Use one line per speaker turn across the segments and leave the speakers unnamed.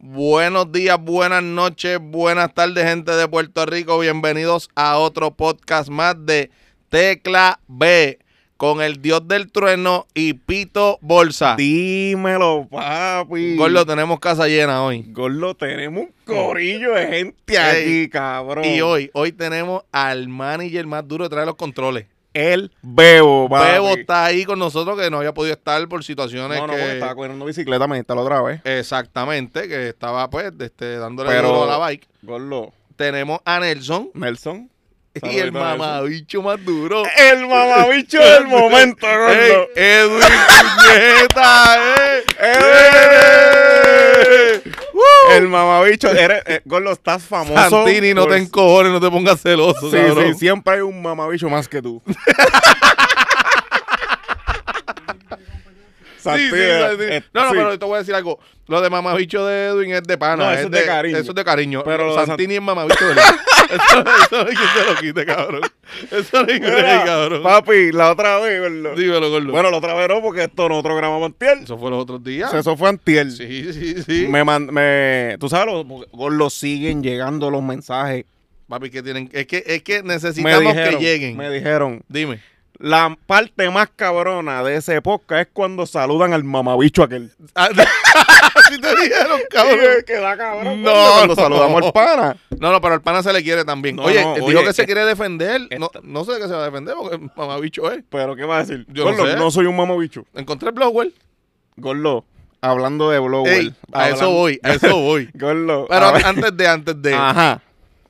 Buenos días, buenas noches, buenas tardes, gente de Puerto Rico. Bienvenidos a otro podcast más de Tecla B con el Dios del Trueno y Pito Bolsa.
Dímelo, papi.
Ah. Gordo, tenemos casa llena hoy.
Gordo, tenemos un corillo de gente aquí, cabrón.
Y hoy, hoy tenemos al manager más duro de traer los controles.
El Bebo, papi.
Bebo está ahí con nosotros que no había podido estar por situaciones
No, no, porque
que...
estaba corriendo bicicleta, me instaló otra vez.
Exactamente, que estaba pues este, dándole
Pero-
duro a la bike.
Gordo,
Tenemos a Nelson
Nelson.
y el
saludito a Nelson.
mamabicho más duro.
El mamabicho del momento, gordo.
¡Ey! ¡Edwin puñeta! ¡Eh!
¡Eh!
¡Eh!
El mamabicho. Eres, eh, gordo, estás famoso.
Santini, no
por-
te encojones, no te pongas celoso,
Sí,
cabrón.
sí, siempre hay un mamabicho más que tú.
Sí, sí,
Santía,
sí, sí.
eh,
No, no,
sí.
pero te voy a decir algo. Lo de mamabicho de Edwin es de pana.
No, eso es de cariño.
Eso es de cariño.
Pero
Pero
lo de
Santini es mamabicho de él. eso, eso no hay quien se lo quite, cabrón. Eso no hay quien
Mira,
cabrón.
Papi, la otra vez, gordo.
Dímelo, gordo.
Bueno, la otra vez no, porque esto nosotros grabamos antier.
eso fue los otros días.
O sea, Eso fue antier.
Sí, sí, sí.
Me man- me, tú sabes, los, porque, gordo, siguen llegando los mensajes.
Papi, que tienen. Es que, es que
Me
necesitamos
dijeron,
que lleguen.
me dijeron,
Dime.
la parte más cabrona de ese podcast es cuando saludan al mamabicho aquel.
Ah, Así te dijeron, cabrón.
que da cabrón.
No,
gordo, cuando
no.
saludamos al pana.
No, no, pero al pana se le quiere también.
No,
oye,
no,
dijo
oye,
que se
es-
quiere defender. No,
esta-
no sé de qué se va a defender porque mamabicho es.
Pero, ¿qué va a decir?
Yo no
Gordo,
sé.
no soy un mamabicho.
Encontré el blower.
Gordo, hablando de blower.
Ey, a eso
hablando-
voy, a eso voy.
Gordo.
Pero
a ver-
antes de, antes de,
Ajá.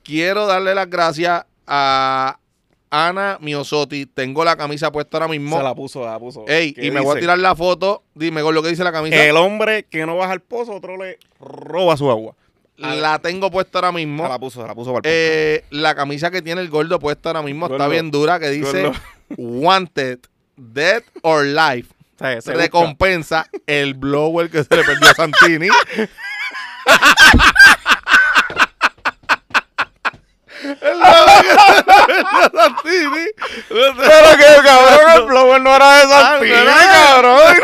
quiero darle las gracias a Ana Miosotti. Tengo la camisa puesta ahora mismo.
Se la puso, la puso.
Ey,
¿Qué
y me voy a
dice?
tirar la foto. Dime con lo que dice la camisa.
El hombre que no baja al pozo, otro le roba su agua.
la tengo puesta ahora mismo.
Se la puso, se la puso para el pozo.
Eh, la camisa que tiene el gordo puesta ahora mismo está
Gordo.
bien dura que dice
Gordo.
Wanted, Dead or Life.
O sea, se busca.
recompensa el blower que se le perdió a Santini. El blower que se le perdió a Santini.
Pero que cabrón, el blower no era de
Ah, no
esa
era.
cabrón.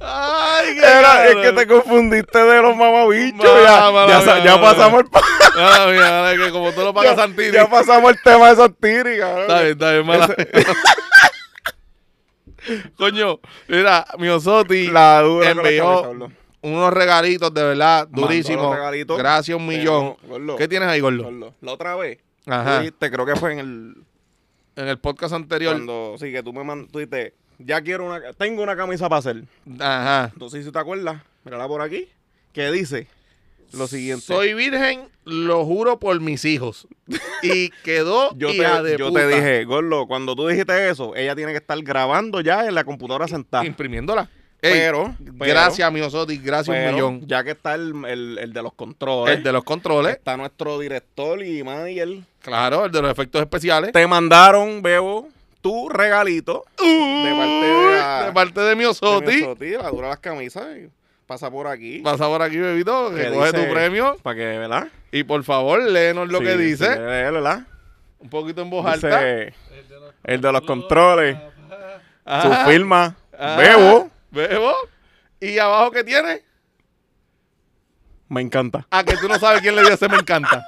Ay, qué
Era, es que
cabrón.
te confundiste de los mamabichos. ya,
Mala, mala,
ya, sa- ya
mala,
pasamos el pa-
Mala mía, mala mía, que como tú lo pagas
ya,
Santini.
ya pasamos el tema de Santini,
Está bien,
cabrón.
está bien, mala. Coño, mira, Miosotti
La dura con la cabeza,
envió
gordo.
unos regalitos de verdad
Mandó los
durísimos.
regalitos,
Gracias un millón.
pero, gordo,
¿Qué tienes ahí, gordo?
gordo, La otra vez,
Ajá.
tú dijiste, creo que fue en el
En el podcast anterior.
cuando sí que tú me mandaste, tú dijiste, ya quiero una tengo una camisa para hacer.
Ajá.
No sé si te acuerdas, mírala por aquí, que dice lo siguiente.
Soy virgen, lo juro por mis hijos. Y quedó
yo
hija
te,
de
yo
puta.
te dije, Gorlo, cuando tú dijiste eso, ella tiene que estar grabando ya en la computadora sentada.
Imprimiéndola.
ah. Pero-
Ey,
pero-
gracias, Miosotti. Gracias
Pero
un millón.
ya que está el, el- el de los controles,
El de los controles.
está nuestro director y manager.
Claro, el de los efectos especiales.
Te mandaron, Bebo, tu regalito.
Uy,
de parte de la-
de parte de Miosotti.
Sotti, la dura las camisas. y Pasa por aquí.
Pasa por aquí, bebito.
¿Qué
Recoge
dice?
tu premio.
Para que, ¿verdad?
Y por favor, léenos lo
Sí,
que
sí,
dice.
¿Verdad?
Un poquito en voz alta.
Dice, el de los controles,
Ajá.
su firma,
Ajá.
Bebo,
Ah, Bebo. Y abajo, ¿qué tiene?
me encanta.
A que tú no sabes quién le dio ese me encanta.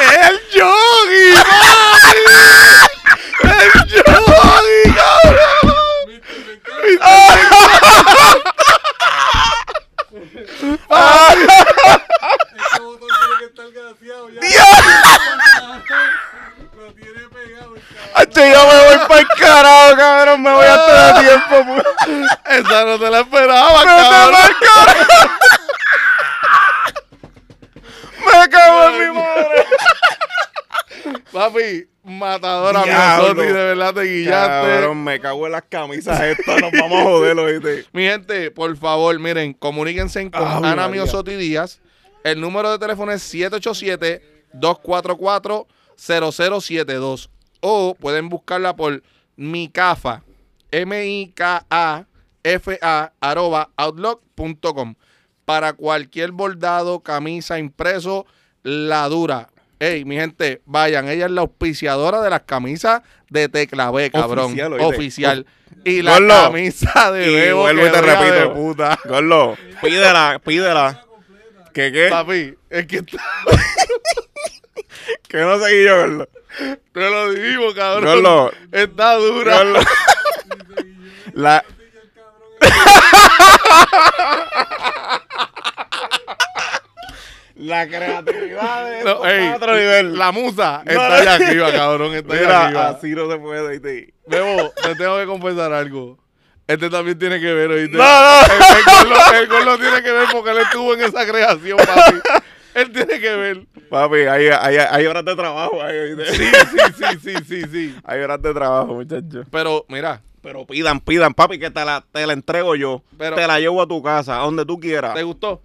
¡El Yogi! papi! ¡El Yogi, cabrón!
Todo tiene que estar gaseado ya. Lo tiene pegado, cabrón.
Yo me voy para el carajo, cabrón. Ah, Me voy hasta de tiempo. pu-
Esa no te la esperaba,
¡Me
cabrón.
cago en- ¡Me cago en mi madre!
Papi, matadora,
Diablo.
Miosotti, de verdad te guillaste.
Cabrón, me cago en las camisas estas. Nos vamos a joder, oíste.
Mi gente, por favor, miren, comuníquense con
Ay,
Ana
María.
Miosotti Díaz. El número de teléfono es 787-244-0072. O pueden buscarla por Mikafa, M-I-K-A-F-A, arroba, outlook.com. Para cualquier bordado, camisa, impreso, la dura. Ey, mi gente, vayan, ella es la auspiciadora de las camisas de Tecla B, cabrón.
Oficial, oíste.
Oficial. y la
Gordo.
camisa de
Y
Bebo
vuelvo
que
y te
juega de
repito.
puta.
Gordo, pídela, pídela. ¿Qué
eh.
qué?
Papi, es que está-
Que no seguí yo, Gordo.
te lo dijimos, cabrón.
Gordo.
Está dura.
Gordo. La, la creatividad de
No,
estos
ey,
cuatro niveles.
la musa está
no.
allá arriba, cabrón. Está allá
Mira, ah,
arriba.
así no se puede, ¿viste?
Bebo, te tengo que confesar algo. Este también tiene que ver, oíste.
No, no.
El gol, lo, el gol lo tiene que ver porque él estuvo en esa creación, papi. Él tiene que ver.
Papi, hay, hay, hay horas de trabajo ahí, ¿viste?
Sí, sí, sí, sí, sí, sí.
Hay horas de trabajo, muchachos.
Pero, mira,
Pero pidan, pidan, papi, que te la, te la entrego yo.
Pero-
te la llevo a tu casa, a donde tú quieras.
¿te gustó?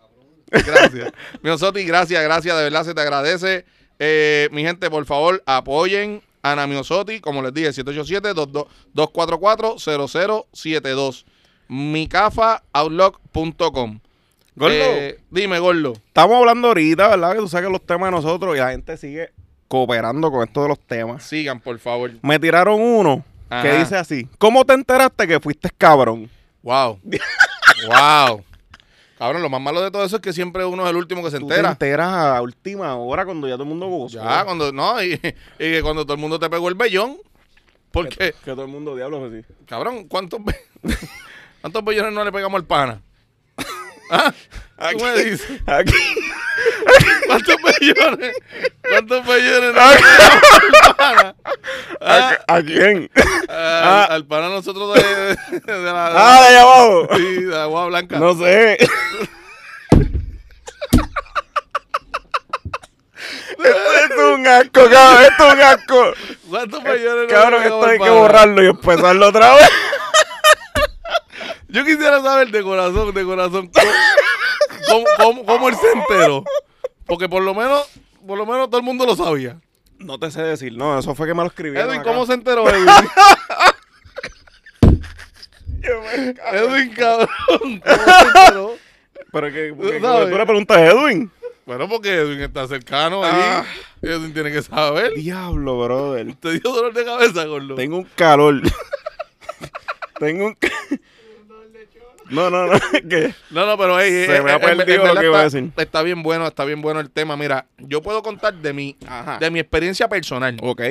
Gracias. Miosotti, gracias, gracias. De verdad se te agradece. Eh, mi gente, por favor, apoyen a Ana Miosotti, como les dije, 787-244-0072. Micafaoutlook.com.
Gordo,
Eh, dime, Gordo.
estamos hablando ahorita, ¿verdad? Que tú saques los temas de nosotros y la gente sigue cooperando con esto de los temas.
Sigan, por favor.
Me tiraron uno que
Ajá.
dice así. ¿Cómo te enteraste que fuiste cabrón?
Wow. wow. Cabrón, lo más malo de todo eso es que siempre uno es el último que se
Tú te
entera.
enteras a última hora cuando ya todo el mundo gozó.
Ya, cuando no, y, y que cuando todo el mundo te pegó el vellón. Porque,
Que todo el mundo diablo así.
cabrón, ¿cuántos, be- ¿cuántos vellones no le pegamos al pana? ¿Ah? ¿Tú me dices?
Aquí.
¿Cuántos vellones? ¿Cuántos vellones no le pegamos al pana?
¿A,
Ah,
a quién?
ah, Al, al pana nosotros de, de- de la,
ah, de allá abajo.
sí, de la agua blanca.
No sé. esto es un asco, cabrón. Esto es un asco.
¿Cuántos vellones no
Cabrón,
le pegamos
esto
al
hay que
pana?
borrarlo y empezarlo otra vez.
Yo quisiera saber de corazón, de corazón, cómo, cómo, cómo- cómo él se enteró. Porque por lo menos, por lo menos todo el mundo lo sabía.
No te sé decir, no, eso fue que me lo escribieron.
Edwin,
acá.
¿cómo se enteró Edwin? Edwin, cabrón, ¿cómo se enteró?
Pero es que, porque
¿Tú
como
sabes?
tú le preguntas a Edwin.
Bueno, porque Edwin está cercano ahí.
Ah.
Edwin tiene que saber.
Diablo, brother.
Te dio dolor de cabeza, gordo.
Tengo un calor. Tengo un. ca- No, no, no. que-
No, no, pero ey,
Se
ey,
me ha
en- en- en
perdido lo
verdad
que iba a
está-
decir.
Está bien bueno, está bien bueno el tema. Mira, yo puedo contar de mi,
Ajá.
de mi experiencia personal.
Ok.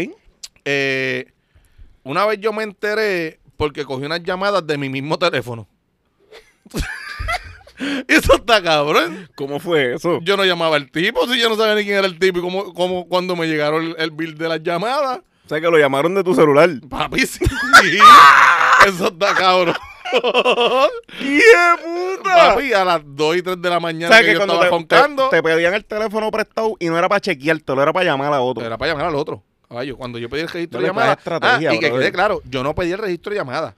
Eh, una vez yo me enteré porque cogí unas llamadas de mi mismo teléfono. Eso está cabrón.
¿Cómo fue eso?
Yo no llamaba al tipo, si yo no sabía ni quién era el tipo y cómo, cómo- cuando me llegaron el, el bill de las llamadas.
O sea, que lo llamaron de tu celular.
Papi, sí. Eso está cabrón.
¡Qué puta!
Papi, a las 2 y 3 de la mañana
¿Sabes
que,
que
yo
cuando
estaba
te,
roncando,
te- te pedían el teléfono prestado y no era para chequeártelo, era para llamar a otro?
era para llamar al otro. Caballo, cuando yo pedí el registro de
No le traes
llamada.
pues, estrategia,
Ah, y que
brother.
quede claro, yo no pedí el registro de llamada.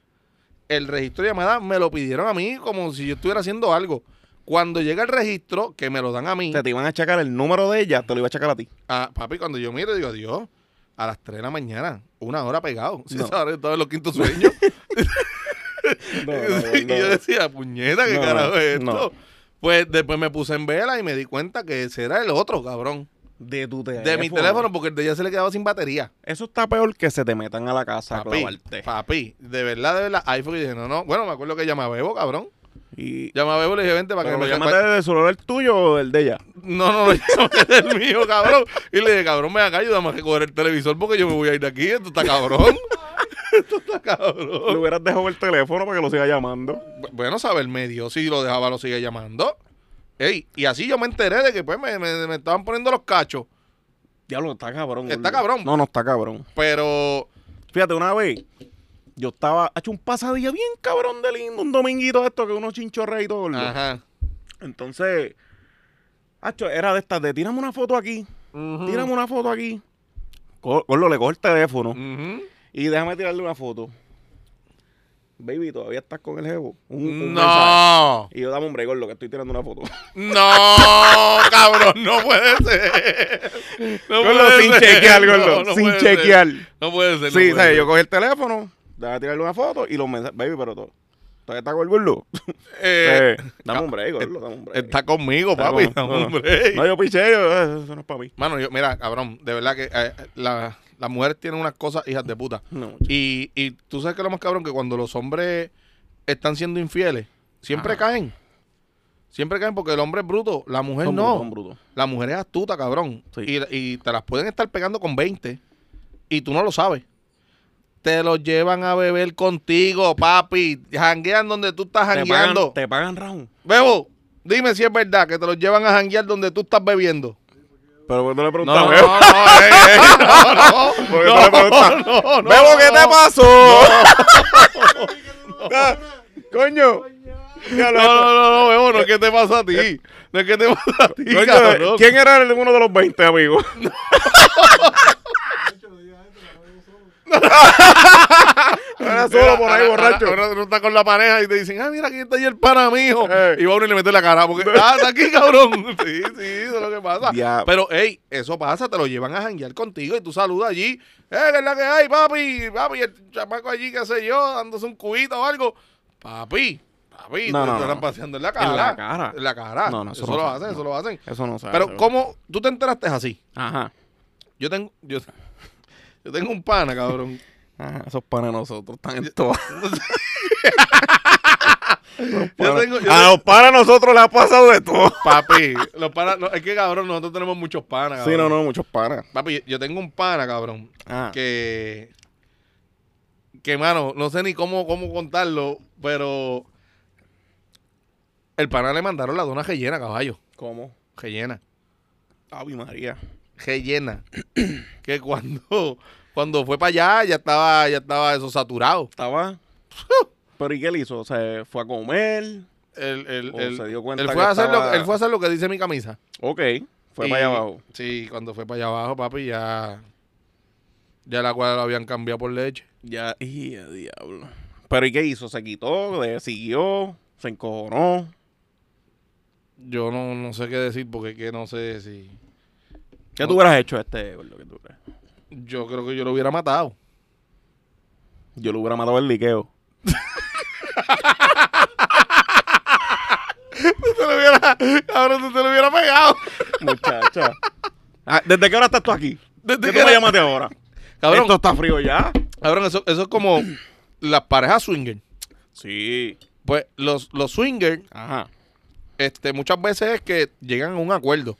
El registro de llamada me lo pidieron a mí como si yo estuviera haciendo algo. Cuando llega el registro, que me lo dan a mí,
Te, te iban a checar el número de ella, te lo iba a checar a ti.
ah, papi, cuando yo miro, digo, Dios, a las 3 de la mañana, una hora pegado. Si
No.
esa hora yo estaba en los quintos sueños.
No,
y yo decía, puñeta, ¿qué
No,
carajo es esto?
no.
Pues después me puse en vela y me di cuenta que ese era el otro, cabrón.
De tu teléfono.
De mi teléfono, porque el de ella se le quedaba sin batería.
Eso está peor que se te metan a la casa a
Papi,
clavarte.
papi, de verdad, de verdad. Ahí fue que dije, no, no. Bueno, me acuerdo que llamaba a Bebo, cabrón.
Y,
Llamaba a Bebo y le dije, vente para
pero
que me
lo llamaste desde el celular tuyo o del de ella.
No, no, lo llamé del mío, cabrón. Y le dije, cabrón, me acá, ayúdame a recoger el televisor porque yo me voy a ir de aquí. Esto está cabrón. Esto está
Le
cabrón.
hubieras dejado el teléfono para que lo siga llamando.
Bueno, saber medio. Si lo dejaba, lo seguía llamando. Ey, y así yo me enteré de que pues me, me- me estaban poniendo los cachos.
Diablo, está cabrón.
Está
gordo.
cabrón.
No, no está cabrón.
Pero,
Fíjate, una vez yo estaba, hecho un pasadilla bien cabrón de lindo, un dominguito de esto que uno chinchorrea y todo. gordo.
ajá.
Entonces, hacho, era de estas de tírame una foto aquí,
Mm.
tírame una foto aquí. Cor- Gordo, le cojo el teléfono
Ujú.
y déjame tirarle una foto. Baby, todavía estás con el jevo. Un- un mensaje.
No.
Y yo dame un break, gordo, que estoy tirando una foto.
No, cabrón, no puede ser. No
gordo,
puede
sin
ser.
chequear,
No,
gordo,
no
sin
puede ser.
chequear.
No puede ser. no
Sí,
puede
¿sabes?
ser.
Yo cogí el teléfono, déjame tirarle una foto y los mensajes. Baby, pero todo. ¿Todavía está con el gordo?
Eh,
Sí. dame un break, gordo, dame un break.
Está conmigo, papi.
Está con-
dame un break.
No, yo piché, yo, eh, eso no es para mí.
Mano, yo, mira, cabrón, de verdad que eh, la, Las mujeres tienen unas cosas hijas de puta.
No,
Y, y tú sabes que lo más cabrón que cuando los hombres están siendo infieles, siempre
Ah.
caen. Siempre caen porque el hombre es bruto, la mujer
son
no.
brutos, son brutos.
La mujer es astuta, cabrón.
Sí.
Y, y te las pueden estar pegando con 20 y tú no lo sabes. Te los llevan a beber contigo, papi. Janguean donde tú estás
Te pagan,
jangueando.
te pagan round.
Bebo, dime si es verdad que te los llevan a janguear donde tú estás bebiendo.
Pero ¿por qué tú le
No,
preguntas,
no, no,
Bebo?
ey, ey, no, no.
¿Por qué tú le preguntas?
no, no,
Bebo, ¿qué te
no.
pasó?
Ah,
Coño.
No, no, no, no, Bebo, no es que te pasa a ti. No es que te pasa a ti,
Eh, Coño,
cabrón.
¿Quién era el- uno de los 20, amigo?
macho, no digas eso, la veo solo.
Era solo por ahí,
Ahora-
borracho.
ahora- ahora uno está con la pareja y te dicen, ah, mira, aquí está ahí el pana mijo.
Ey.
Y va uno y le mete la cara. Porque, ah, está aquí, cabrón. sí, sí, eso es lo que pasa.
Ya.
Pero, hey, eso pasa, te lo llevan a janguear contigo y tú saludas allí. Eh, ¿qué es la que hay, papi? Papi, el chamaco allí, qué sé yo, dándose un cubito o algo. Papi, papi,
No,
te
no,
están
no.
paseando en la cara.
En la cara.
En la cara.
No, no,
eso,
eso no
lo
se-
hacen, eso
no.
lo hacen.
Eso no sabe.
Pero, ¿cómo tú te enteraste así?
Ajá.
Yo tengo, yo, yo tengo un pana, cabrón.
Ajá, esos panes nosotros están en todo.
Yo tengo, yo
a los panes nosotros les ha pasado de todo.
Papi, los panas, no, es que cabrón, nosotros tenemos muchos panas,
Sí,
cabrón.
no, no, muchos panes.
Papi, yo tengo un pana, cabrón,
Ah.
que. Que, mano, no sé ni cómo, cómo contarlo, pero. El pana le mandaron la dona rellena, caballo.
¿Cómo?
Rellena.
Ave María.
Rellena. que cuando. Cuando fue para allá, ya estaba, ya estaba eso saturado.
Estaba. Pero ¿y qué él hizo? ¿Se fue a comer?
Él, él-
O
él-
se dio cuenta
él
que
fue a hacer lo,
estaba-
él fue a hacer lo que dice mi camisa.
Ok. Fue
Y-
para allá abajo.
Sí, cuando fue para allá abajo, papi, ya. Ya la cual la habían cambiado por leche.
Ya, y a diablo. Pero ¿y qué hizo? ¿Se quitó? ¿Le siguió? ¿Se encojonó?
Yo no, no sé qué decir porque es que no sé si.
¿Qué tú hubieras hecho este, gordo? ¿Qué tú hubieras-
Yo creo que yo lo hubiera matado.
Yo le hubiera matado el liqueo.
te lo hubiera, cabrón, tú te lo hubiera pegado.
Muchacha. Ah, ¿Desde qué hora estás tú aquí?
Desde
¿Qué
que
tú me
era-
llamaste ahora?
Cabrón,
Esto está frío ya.
cabrón, eso, eso es como las parejas swinger.
Sí.
Pues los, los swingers,
Ajá.
este, muchas veces es que llegan a un acuerdo.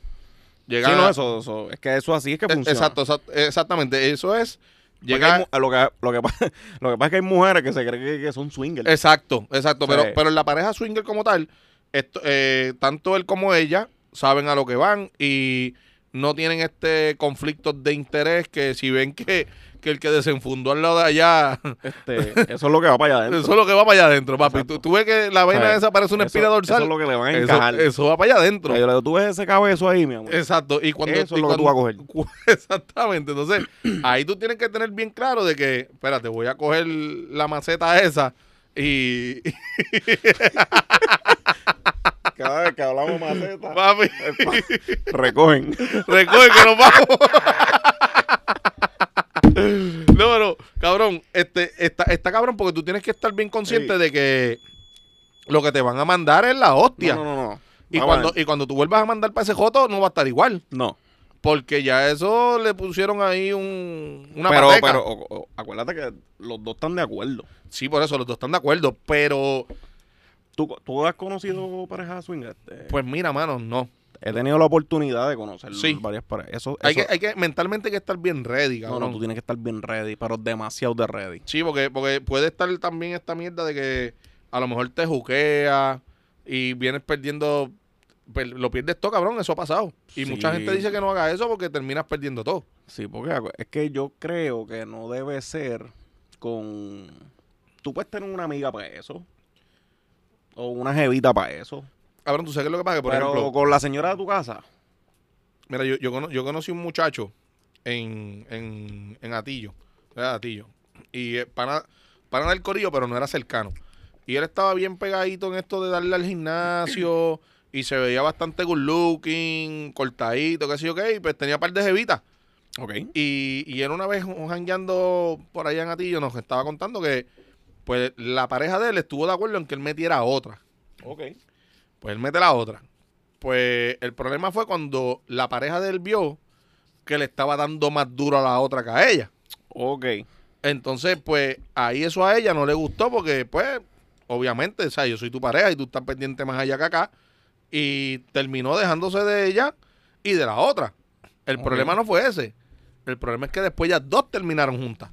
Sí,
Llegan
no,
a-
eso, eso- es que eso así es que
Eh,
funciona.
Exacto, exacto, exactamente. Eso es.
Porque
Llegar,
hay mu- lo, que, lo, que pasa, lo que pasa es que hay mujeres que se creen que, que son swingers.
Exacto, exacto.
Sí.
Pero, pero en la pareja swinger como tal, esto- eh, tanto él como ella saben a lo que van y no tienen este conflicto de interés que si ven que, que el que desenfundó al lado de allá,
Este, eso es lo que va para allá
eso
adentro.
es lo que va para allá adentro, papi.
Exacto.
Tú, tú ves que la vaina
Sí.
esa parece una
Eso-
espina dorsal.
Eso es lo que le van a
Eso-
encajar.
eso, va para allá adentro.
Yo le digo, tú ves ese cabezo ahí, mi amor.
Exacto. Y cuando,
Eso es
y
lo que tú
cuando-
vas a
Exactamente. Entonces, ahí tú tienes que tener bien claro de que, espérate, voy a coger la maceta esa y,
Cada vez que hablamos maceta,
papi,
recogen.
Recuerden que nos vamos. No, no, cabrón, este, está, está cabrón porque tú tienes que estar bien consciente
Sí.
de que lo que te van a mandar es la hostia.
No, no, no. no.
Y,
Vamos a
cuando,
ver.
y cuando tú vuelvas a mandar para ese joto, no va a estar igual.
No.
Porque ya eso le pusieron ahí un, una
pero,
pateca.
pero o- o- acuérdate que los dos están de acuerdo.
Sí, por eso, los dos están de acuerdo. Pero,
¿Tú, tú has conocido parejas swingers? Este,
pues mira, mano, no.
he tenido la oportunidad de conocer
Sí.
varias parejas. Eso,
Hay que,
eso-
hay que, mentalmente hay que estar bien ready,
no,
cabrón.
no, tú tienes que estar bien ready, pero demasiado de ready.
Sí, porque, porque puede estar también esta mierda de que a lo mejor te juquea y vienes perdiendo, per- lo pierdes todo, cabrón, eso ha pasado. Y
Sí.
mucha gente dice que no haga eso porque terminas perdiendo todo.
Sí, porque acu- es que yo creo que no debe ser con... Tú puedes tener una amiga para eso. O una jevita para eso.
Cabrón, tú sabes qué es lo que pasa, que por
pero
ejemplo,
con la señora de tu casa.
mira, yo, yo, cono- yo conocí un muchacho en, en, en Atillo, era de Atillo, y eh, pana, pana del corillo, pero no era cercano. Y él estaba bien pegadito en esto de darle al gimnasio y se veía bastante good looking, cortadito, qué sé yo qué, y pues tenía par de jevitas.
Ok.
Y, y era una vez un- jangueando por allá en Atillo, nos estaba contando que pues la pareja de él estuvo de acuerdo en que él metiera a otra.
Ok.
Pues él mete la otra. Pues el problema fue cuando la pareja de él vio que le estaba dando más duro a la otra que a ella.
Ok.
Entonces, pues ahí eso a ella no le gustó porque, pues, obviamente, o sea, yo soy tu pareja y tú estás pendiente más allá que acá. Y terminó dejándose de ella y de la otra. El
Ok.
problema no fue ese. El problema es que después ellas dos terminaron juntas.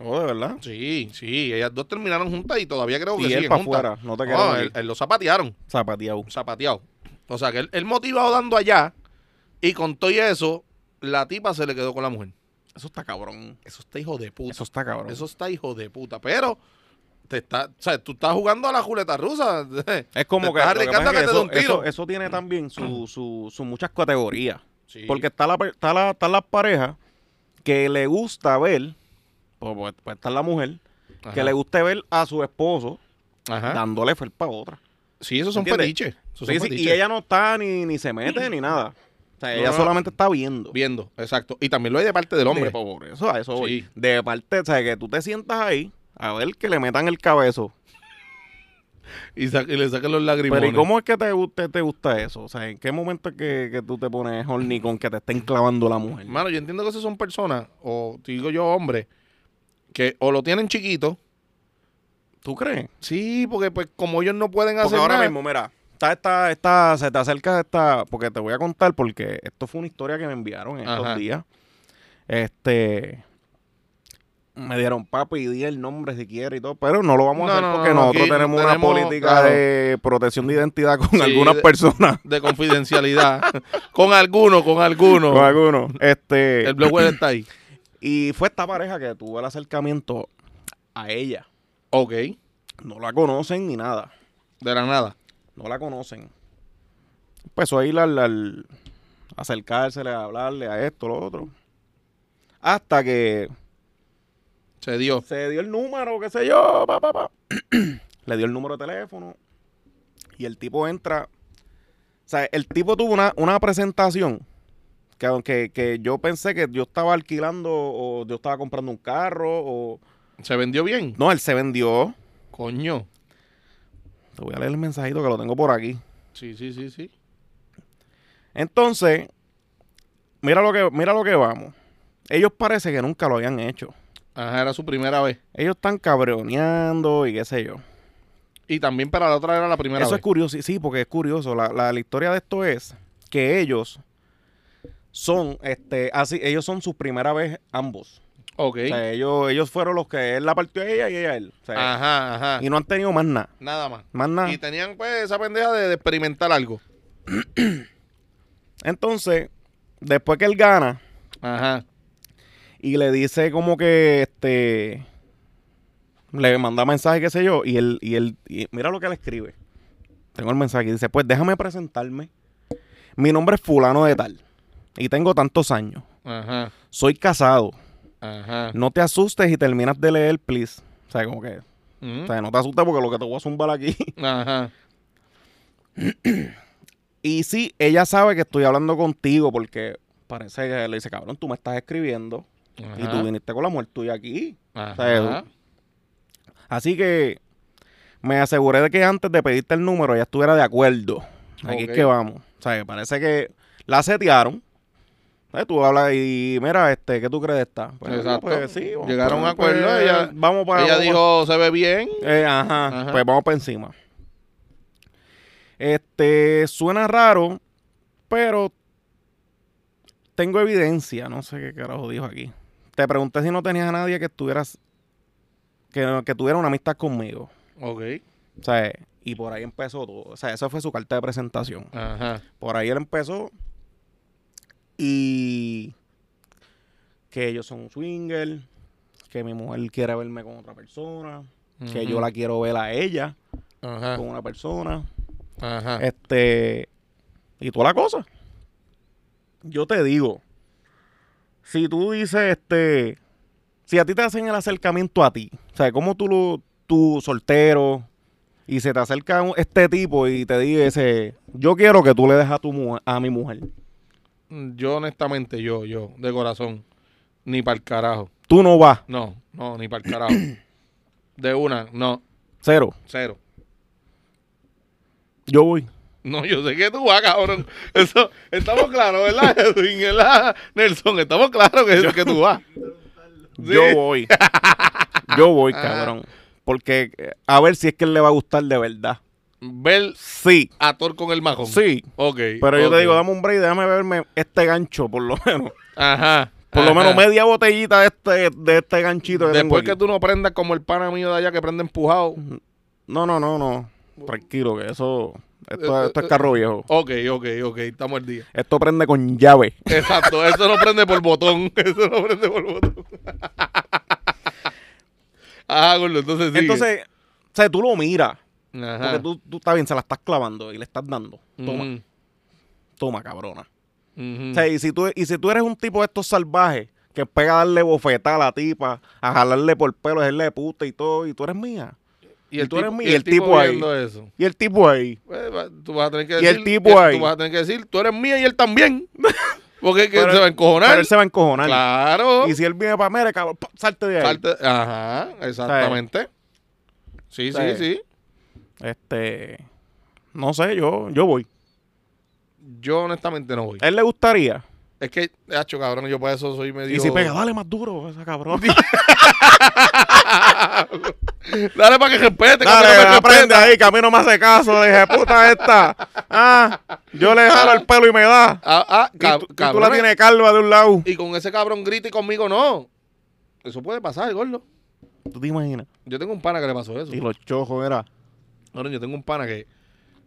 Oh, de verdad.
Sí, sí, ellas dos terminaron juntas y todavía creo que
Y él
siguen
para
juntas.
afuera. No te
No,
quedas
él, él lo zapatearon,
Oh, zapateado.
zapateado. O sea, que él, él motivado dando allá y con todo y eso, la tipa se le quedó con la mujer.
Eso está cabrón.
Eso está hijo de puta.
Eso está cabrón.
Eso está hijo de puta. Pero te está, o sea, tú estás jugando a la juleta rusa.
es como
te estás
que, lo que
arriesgando
pasa es
a que te dé
que
un
eso,
tiro.
eso- eso tiene también sus su, su muchas categorías.
Sí.
Porque está la, pe- está la, están las parejas que le gusta ver, pues, pues, pues está la mujer,
Ajá. Ah.
que le guste ver a su esposo
Ajá.
dándole felpa a otra.
Sí, esos son
¿Entiendes?
fetiches. Esos son
Sí, sí, y
fetiches.
ella no está ni, ni se mete ni nada. O sea,
No,
ella
no, no.
solamente está viendo.
Viendo, exacto. Y también lo hay de parte del hombre.
De- por eso, a eso voy.
Sí.
De parte, o sea, que tú te sientas ahí a ver que le metan el cabezo.
Y, sa- y le saquen los lagrimones.
Pero ¿y cómo es que te, guste- te gusta eso? O sea, ¿en qué momento es que, que tú te pones horny con que te estén clavando la mujer?
Mano, yo entiendo que esas son personas, o te digo yo, hombre, que o lo tienen chiquito.
¿Tú crees?
Sí, porque pues como ellos no pueden
Porque
hacer
ahora
nada.
mismo, mira, está, está, está, se te acerca esta, porque te voy a contar, porque esto fue una historia que me enviaron en
Ajá.
estos días. Este, me dieron papi y di el nombre si quiere y todo, pero no lo vamos
No,
a hacer
no,
porque
no,
nosotros
aquí
tenemos una
tenemos,
política
claro.
de protección de identidad con
Sí,
algunas
de-
personas,
de confidencialidad. con alguno, con alguno.
con algunos. Este,
El blogger está ahí.
y fue esta pareja que tuvo el acercamiento a ella.
Ok,
No la conocen ni nada.
de la nada.
No la conocen. Empezó a ir al, al- acercársele, a hablarle a esto, lo otro. Hasta que
Se dio.
se dio el número, qué sé yo, pa, pa, pa. Le dio el número de teléfono. Y el tipo entra. O sea, el tipo tuvo una, una presentación que, aunque que yo pensé que yo estaba alquilando o yo estaba comprando un carro o...
Se vendió bien.
No, él se vendió.
Coño.
Te voy a leer el mensajito que lo tengo por aquí.
Sí, sí, sí, sí.
Entonces, mira lo que, mira lo que vamos. Ellos parece que nunca lo habían hecho.
Ajá, era su primera vez.
Ellos están cabreoneando y qué sé yo.
Y también para la otra era la primera
Eso
vez.
es curioso, sí, porque es curioso. La, la- la historia de esto es que ellos son, este, así, ellos son su primera vez ambos.
ok.
O sea, ellos, ellos fueron los que él la partió a ella y ella a él. O sea,
Ajá, ajá.
y no han tenido más nada.
Nada más.
Más nada.
Y tenían pues esa pendeja de, de experimentar algo.
Entonces, después que él gana,
Ajá.
y le dice como que este le manda mensaje qué sé yo y él y él y mira lo que le escribe tengo el mensaje y dice pues déjame presentarme mi nombre es fulano de tal y tengo tantos años
Ajá.
soy casado
Ajá.
no te asustes y terminas de leer please o sea como que o
Mm.
sea, no te asustes porque lo que te voy a zumbar aquí
Ajá.
y sí ella sabe que estoy hablando contigo porque parece que le dice cabrón tú me estás escribiendo y tú
Ajá.
viniste con la mujer tuya aquí
Ajá.
Así que me aseguré de que antes de pedirte el número ya estuviera de acuerdo. Aquí
Ok.
es que vamos. O sea, que parece que la setearon. ¿Sabes? Tú hablas y mira, este, ¿qué tú crees de esta? Pues,
Exacto.
pues, sí, vamos
Llegaron
para-
a acuerdo,
pues,
ella-
vamos para,
Ella
vamos
dijo, se ve bien.
para- eh, ajá,
Ajá.
Pues vamos para encima. Este, suena raro, pero tengo evidencia. No sé qué carajo dijo aquí. Te pregunté si no tenías a nadie que estuvieras. Que, que tuviera una amistad conmigo.
Ok.
O sea, y por ahí empezó todo. O sea, esa fue su carta de presentación.
Ajá.
Por ahí él empezó. Y que ellos son swingers. Que mi mujer quiere verme con otra persona. Que yo la quiero ver a ella
Ajá.
con una persona.
Ajá.
Este. Y toda la cosa. Yo te digo. Si tú dices, este. Si a ti te hacen el acercamiento a ti. O sea, como tú lo. Tú soltero. Y se te acerca un- este tipo y te dice, yo quiero que tú le des a, tu mu- a mi mujer.
Yo honestamente, yo, yo, de corazón, ni para el carajo.
Tú no vas.
No, no, ni para el carajo. De una, no,
Cero.
cero.
Yo voy.
No, yo sé que tú vas, cabrón. Eso, estamos claros, ¿verdad, Edwin? ¿Verdad, Nelson? Estamos claros que, que tú vas.
Yo voy. Yo voy, cabrón. Porque eh, a ver si es que él le va a gustar de verdad.
Ver
Sí,
a Thor con el majón.
sí.
Ok.
Pero yo te
ok.
digo, dame un break, déjame verme este gancho, por lo menos.
Ajá.
Por lo
ajá.
menos media botellita de este, de este ganchito que
Después que
tengo
tú
aquí.
no prendas como el pana mío de allá que prende empujado.
No, no, no, no. Tranquilo, que eso.
Eh,
Esto, esto es carro viejo.
Ok, ok, ok. Estamos al día.
Esto prende con llave.
Exacto. Eso no prende por botón. Eso no prende por botón. Ajá, gordo. Entonces sí.
Entonces, o sea, tú lo miras.
Ajá. Mm.
Porque tú, tú está bien, se la estás clavando y le estás dando. Toma,
Ujú,
toma, cabrona.
ujú.
O sea, y si, tú, y si tú eres un tipo de estos salvajes que pega a darle bofetada a la tipa, a jalarle por pelo, a hacerle de puta y todo, y tú eres mía.
Y el
tú
tipo,
eres mi-
y el tipo ahí. eso.
Y el tipo ahí.
Pues, va- tú vas a tener que
Y
decir.
el tipo
tú
ahí.
vas a tener que decir, tú eres mía y él también. Porque es que
Pero-
se va a encojonar.
Pero él se va a encojonar.
Claro.
Y si él viene para mera, cabrón, pa, salte de ahí.
Salte- Ajá, exactamente. Sí, sí,
¿Sabes?
sí.
Este. No sé, yo, yo voy.
Yo honestamente no voy.
A él le gustaría.
Es que, hacho, cabrón, yo para eso soy medio.
Y si pega, dale más duro esa cabrón.
Dale para que respete, que
Dale,
no me
aprende
respeta.
ahí, que a mí no me hace caso. Le dije, puta esta. Ah, yo le jalo el pelo y me da.
Ah, ah,
Y
cab-
tú, y tú
cabrones,
la tienes calva de un lado.
y con ese cabrón grita y conmigo no. Eso puede pasar, gordo.
¿Tú te imaginas?
Yo tengo un pana que le pasó eso.
Y los chojos era.
Cabrón, yo tengo un pana que.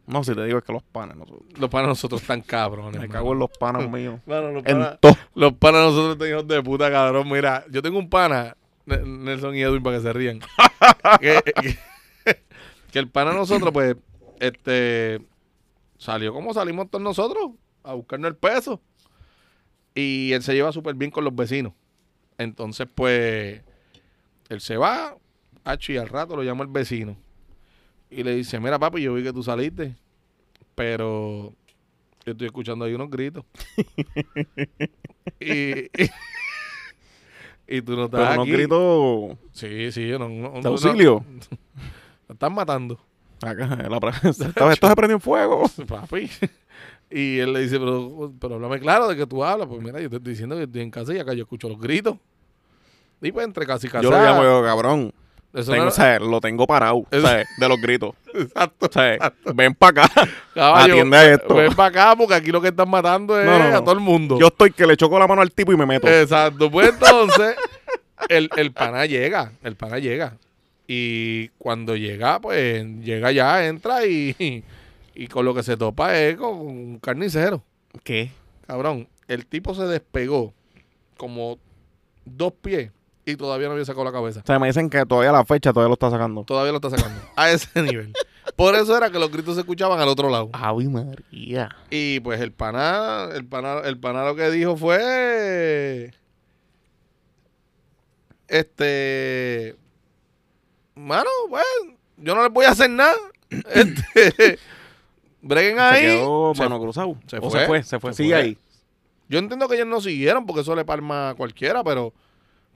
No, si te digo es que los panes. No, son-
Los panas nosotros están cabrones.
me
mano.
cago en los panes míos.
Mano, los panas
En todo.
los panas nosotros están hijos de puta, cabrón. Mira, yo tengo un pana, N- Nelson y Edwin, para que se rían. que, que- que el pana nosotros, pues, este, salió como salimos todos nosotros, a buscarnos el peso. Y él se lleva súper bien con los vecinos. Entonces, pues, él se va, hacho, y al rato lo llama el vecino. Y le dice, mira, papi, yo vi que tú saliste, pero yo estoy escuchando ahí unos gritos. y, y, y tú no estás
Pero no
aquí.
grito
Sí, sí, no, no, no,
de
no-
auxilio.
lo están matando,
Acá, la pre- Esta vez esto se prendió en fuego.
papi. Y él le dice, pero, pero háblame claro de que tú hablas. Pues mira, yo te estoy diciendo que estoy en casa y acá yo escucho los gritos. Y pues entre casi casa.
Yo lo llamo yo, cabrón.
Eso
Tengo-
no-
o sea, lo tengo parado. o sea, de los gritos.
Exacto.
O sea, ven para acá.
Caballo,
atiende a esto.
Ven para acá porque aquí lo que están matando es
No, no, no.
a todo el mundo.
Yo estoy que le choco la mano al tipo y me meto.
Exacto. Pues entonces, el, el pana llega. El pana llega. Y cuando llega, pues llega ya, entra y, y con lo que se topa es con un carnicero.
¿Qué?
Cabrón, el tipo se despegó como dos pies y todavía no había sacado la cabeza.
O sea, me dicen que todavía a la fecha todavía lo está sacando.
Todavía lo está sacando. A ese nivel. Por eso era que los gritos se escuchaban al otro lado.
Ave María.
Y pues el paná, el paná, el paná lo que dijo fue. Este. Mano, pues, yo no les voy a hacer nada. Este. Breguen ahí.
Se quedó
Se-
mano cruzado.
se
O
fue,
se fue, se fue.
se
Sigue
fue.
ahí.
Yo entiendo que ellos no siguieron porque eso le palma a cualquiera, pero.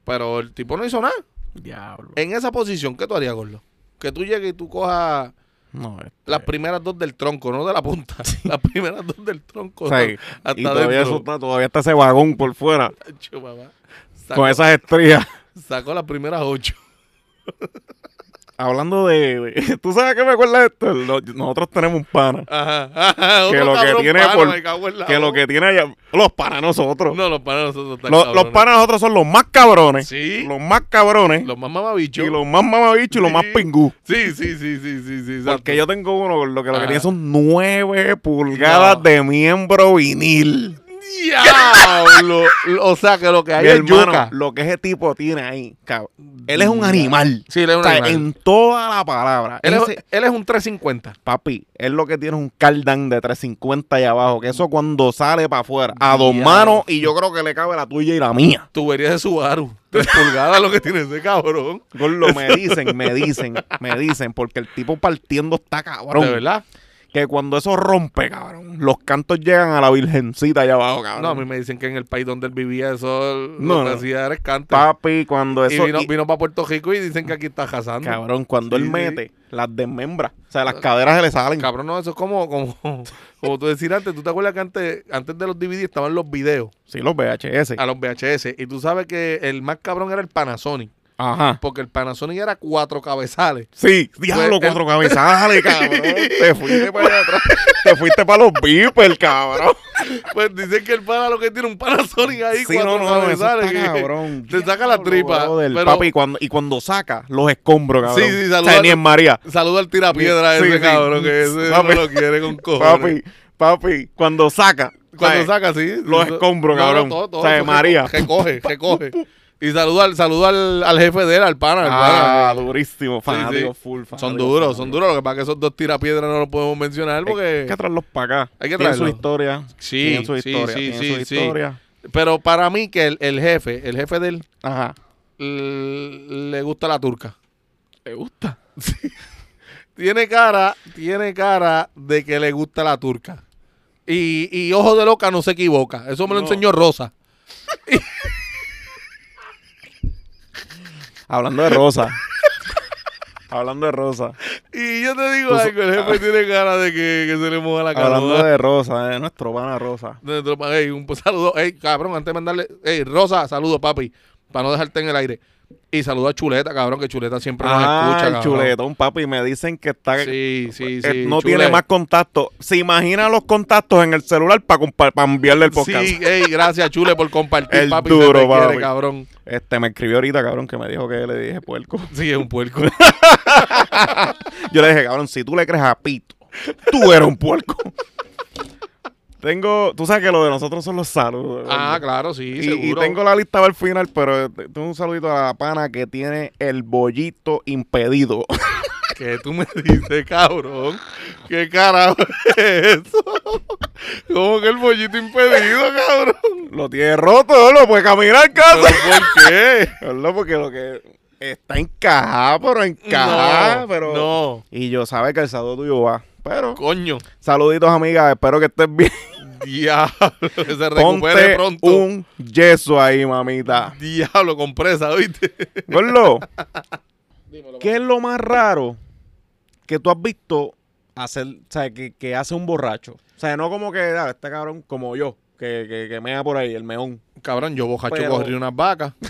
Pero el tipo no hizo nada.
Diablo.
En esa posición, ¿qué tú harías, Gordo? Que tú llegues y tú cojas
No, este-
las primeras dos del tronco, no de la punta. Las primeras dos del tronco.
O sea, y-
hasta
y todavía,
adentro.
eso está, todavía está ese vagón por fuera.
Acho, papá. Saco,
Con esas estrías.
saco las primeras ocho.
Hablando de, de- ¿Tú sabes qué me acuerda de esto? Lo- nosotros tenemos un pana.
Ajá, ajá.
Que
otro
lo que
cabrón
tiene
pana,
por-
me cago en la
Que lo
boca.
que tiene allá. Los panas nosotros.
No, los panas nosotros están
los, los
cabrones.
panas nosotros son los más cabrones.
Sí.
Los más cabrones.
Los más mamabichos.
y los más mamabichos y los más
Sí.
pingú.
Sí, sí, sí, sí, sí, sí. exacto. Ah.
Porque yo tengo uno lo que, lo
Ajá.
que tiene son nueve pulgadas
No.
de miembro vinil.
¡Diablo! o sea, que lo que hay
Mi
es
hermano,
yuca.
lo que ese tipo tiene ahí, cabrón. Él es un animal.
Sí, él es un
O sea,
animal.
en toda la palabra.
Él,
Ese-
es, él es un 350.
Papi, él lo que tiene es un cardan de 350 allá abajo, que eso cuando sale para afuera, a dos
Diablo.
manos, y yo creo que le cabe la tuya y la mía.
Tubería de Subaru. Tres pulgadas lo que tiene ese cabrón.
Gordo, me dicen, me dicen, me dicen, porque el tipo partiendo está cabrón.
¿De verdad?
Que cuando eso rompe, cabrón, los cantos llegan a la virgencita allá abajo, cabrón.
No, a mí me dicen que en el país donde él vivía eso
No,
lo que
no.
hacía era escante.
Papi, cuando
Y
eso...
vino,
y-
vino para Puerto Rico y dicen que aquí está cazando.
Cabrón, cuando
Sí,
él
sí.
mete, las desmembra. O sea, las caderas se le salen.
Cabrón, no, eso es como, como, como tú decías antes. ¿Tú te acuerdas que antes, antes de los DVD estaban los videos
Sí, los VHS.
a los VHS? Y tú sabes que el más cabrón era el Panasonic.
Ajá.
Porque el Panasonic era cuatro cabezales.
Sí, diablo,
Pues,
cuatro cabezales, cabrón. Te fuiste para allá atrás. Te fuiste para los beepers, cabrón.
Pues dicen que el pana lo que tiene un Panasonic ahí,
Sí,
cuatro
no, no, no, eso
cabezales.
está
que-
cabrón.
Te saca la
Diablo,
tripa,
brother,
pero-
papi, y cuando, y cuando saca, los escombros, cabrón.
Sí, sí,
O sea,
saluda-
ni en María.
Saludo al tirapiedra
Sí,
ese
sí.
cabrón, que ese
Papi.
no lo quiere con cojones.
Papi, papi, cuando saca.
Cuando
¿sabes?
saca, sí.
Los
eso-
escombros,
No, no,
cabrón.
todo, todo,
O sea,
eso
María.
Que coge, que coge. Y saludo al, saludo al, al jefe de él, al pana. al
Ah,
pana.
durísimo, fanático, full fanático,
Son duros, son
fanático.
duros. Lo que pasa es que esos dos tirapiedras no los podemos mencionar
Hay
porque...
que traerlos para acá.
Hay que
Tienen
traerlos.
su historia.
Sí,
tienen su
sí,
historia.
sí,
tienen
sí,
su
sí.
historia.
Pero para mí que el, el jefe, el jefe de él,
Ajá.
l- le gusta la turca.
¿Te gusta?
Tiene cara, tiene cara de que le gusta la turca. Y, y ojo de loca no se equivoca. Eso me lo
No.
enseñó Rosa.
Hablando de Rosa. Hablando de Rosa.
Y yo te digo
Tú so-
algo, el jefe tiene cara de que, que se le moja la
Hablando
cara.
de Rosa, eh, nuestro pana Rosa.
un saludo. Ey, cabrón, antes de mandarle... Ey, Rosa, saludo, papi. Para no dejarte en el aire. Y saludo a Chuleta, cabrón, que Chuleta siempre
Ah,
nos escucha,
el
cabrón.
chuletón, papi. Me dicen que está.
Sí, sí, sí.
eh, no
Chule.
tiene más contactos. Se imagina los contactos en el celular para enviarle el podcast.
Sí, ey, gracias, Chule, por compartir,
El
papi. se
duro,
te quiere,
papi.
cabrón.
Este me escribió ahorita, cabrón, que me dijo que le dije puerco.
Sí, es un puerco.
Yo le dije, cabrón, si tú le crees a Pito, tú eres un puerco. tengo, tú sabes que lo de nosotros son los saludos.
ah,
¿verdad?
claro, sí,
Y- y,
seguro.
tengo la lista para el final, pero eh, tengo un saludito a la pana que tiene el bollito impedido.
¿Qué tú me dices, cabrón? ¿Qué carajo es eso? ¿Cómo que el bollito impedido, cabrón?
lo tiene roto, no puede caminar
¿Pero
casi.
por qué?
No, porque lo que está encajado, pero encajado,
no,
pero...
no,
Y yo sabe que el saludo tuyo va. Pero,
coño.
saluditos, amigas, espero que estés bien.
Diablo, que se recupere
Ponte
pronto.
un yeso ahí, mamita.
Diablo, con presa, ¿oíste?
Gordo, ¿qué es lo más raro que tú has visto hacer, o sea, que, que hace un borracho? O sea, no como que, ah, este cabrón como yo, que, que, que mea por ahí, el meón.
Cabrón, yo bojacho
Pero-
corrí unas vacas.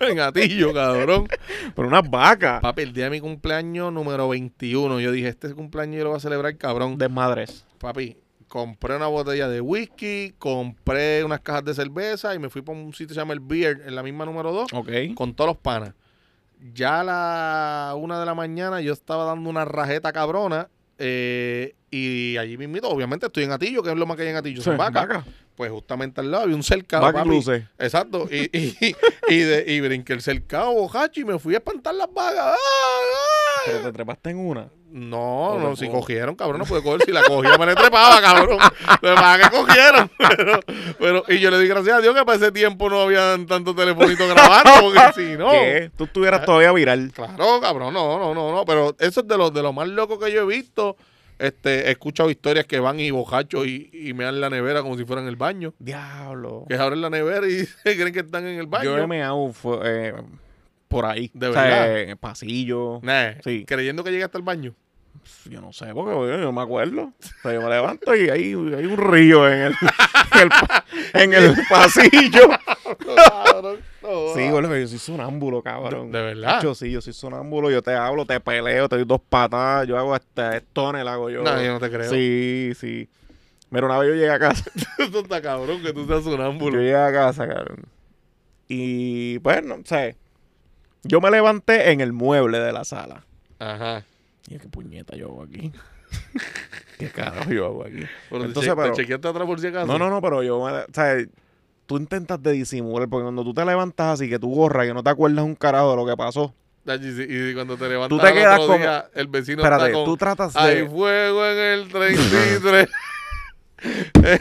En gatillo, cabrón.
Pero una vaca.
Papi, el día de mi cumpleaños número 21. Yo dije, este cumpleaños yo lo voy a celebrar, cabrón.
Desmadres.
Papi, compré una botella de whisky, compré unas cajas de cerveza y me fui por un sitio que se llama El Beer, en la misma número 2,
Ok.
con todos los panas. Ya a la una de la mañana yo estaba dando una rajeta cabrona eh, y allí mismito, obviamente estoy en Atillo, que es lo más que hay en Atillo, son vacas. Pues justamente al lado había un cercado,
Vaca
papi.
luce.
Exacto, y, y, y, de, y brinqué el cercado, bojacho, y me fui a espantar las vacas. ¡Ah! ¡Ah!
Pero te trepaste en una.
No,
O
no,
te
si
puedo-
cogieron, cabrón, no pude coger. Si la cogía, me la trepaba, cabrón. Lo que pasa es que cogieron. Pero, pero- y yo le di gracias a Dios que para ese tiempo no habían tanto telefonito grabando, porque si no.
¿Qué? Tú estuvieras todavía viral.
Claro, cabrón, no, no, no, no. Pero eso es de los de lo más loco que yo he visto. Este, he escuchado historias que van y bojachos y, y me dan la nevera como si fueran el baño.
Diablo.
Que abren la nevera y creen que están en el
Yo he
baño.
meado fue, eh, por ahí.
¿De
O sea,
verdad?
eh, pasillo.
Nah,
Sí.
Creyendo que llegué hasta el baño.
Yo no sé, porque yo no me acuerdo. O sea, yo me levanto y hay, hay un río en el, en el, pa- en el pasillo.
Cabrón, no.
Sí, gordo, yo soy sonámbulo, cabrón.
De- de verdad.
Yo sí, yo soy sonámbulo. Yo te hablo, te peleo, te doy dos patadas. Yo hago hasta el hago yo.
No, yo no te creo.
Sí, sí. Mira, una vez yo llegué a casa.
Eso está cabrón que tú seas sonámbulo.
Yo llegué a casa, cabrón. Y bueno, o sea, yo me levanté en el mueble de la sala.
Ajá.
Y qué puñeta yo hago aquí. ¿Qué carajo yo hago aquí?
Pero
Entonces,
te, che- te
pero-
chequeaste atrás por si acaso.
No, no, no, pero yo, me- o sea, tú intentas de disimular, porque cuando tú te levantas así que tú gorra, que no te acuerdas un carajo de lo que pasó.
Ah, Y, si- y si cuando te levantas
Tú te
al
quedas
otro
como-
día, el vecino
Espérate,
está con...
tú tratas
Hay
de...
fuego en el 33. Eh,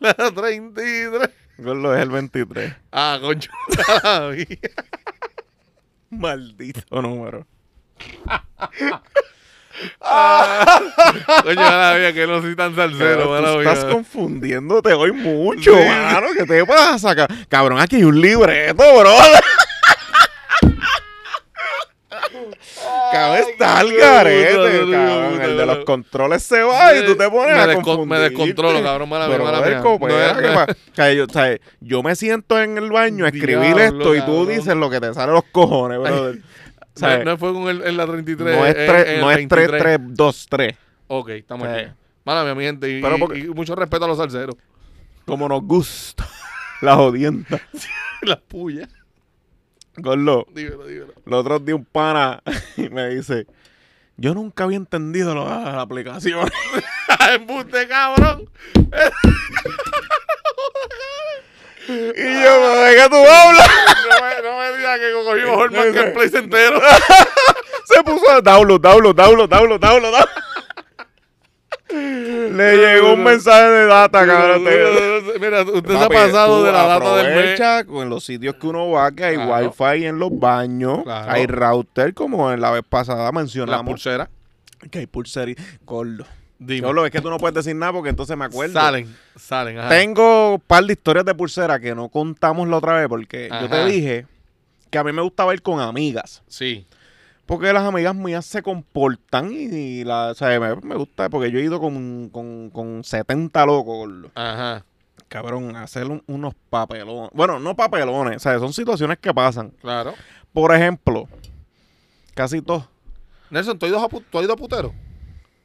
La 33.
Gordo, es el 23.
Ah, concho. la vida.
Maldito número.
Coño, maravilla, que no soy tan salsero,
Cabrón, tú
maravilla.
estás confundiéndote hoy mucho,
Sí.
mano. ¿Qué te pasa? ca- Cabrón, aquí hay un libreto, bro. cabrón, está al
qué
garete,
puta, qué
cabrón.
puta,
El de
cabrón.
los controles se va y tú te pones
me
a
descon-
confundir.
Me descontrolo, cabrón, mala mía,
Pero,
mala
brother,
mía.
coopera,
No,
¿qué
eh,
pa- que yo, o sea, yo me siento en el baño a escribir
Diablo,
esto y tú
cabrón.
dices lo que te sale los cojones, brother. O sea,
no, no fue con el, en la 33.
no es
en- en
3,
el
no es 3,
23.
3, 2, 3.
Ok, estamos
Sí.
aquí. Mala mía, mi gente. Y,
Pero
y-
porque-
y mucho respeto a los salseros.
Como nos gusta. La jodienda.
Las puyas.
Gordo,
Dímelo, dímelo.
los otros días un pana me dice, yo nunca había entendido lo- las aplicaciones.
¡Embuste, cabrón!
Y yo, ¿pero ¿de qué tú hablas?
No me, no me digas que cogimos Holman que el place entero.
Se puso a download, download, download, download, download. download. Le llegó un mensaje de data, cabrón. te-
Mira, usted se ha
Papi,
pasado
tú
de la data del mes.
aprovecha con los sitios que uno va, que hay
Claro.
wifi en los baños,
Claro.
hay router, como en la vez pasada
La
mencionamos.
pulsera.
que hay pulseritas. Gordo.
Dime.
Gordo, es que tú no puedes decir nada porque entonces me acuerdo.
Salen, salen. Ajá.
Tengo un par de historias de pulsera que no contamos la otra vez porque yo te
Ajá.
dije que a mí me gustaba ir con amigas.
Sí.
Porque las amigas mías se comportan y, y la, o sea, me, me gusta, porque yo he ido con, con, con 70 locos, gordo.
Ajá.
cabrón, a hacer un- unos papelones. Bueno, no papelones, o sea, son situaciones que pasan.
Claro.
Por ejemplo, casi todos.
Nelson, ¿tú has ido a, pu- tú has ido a putero?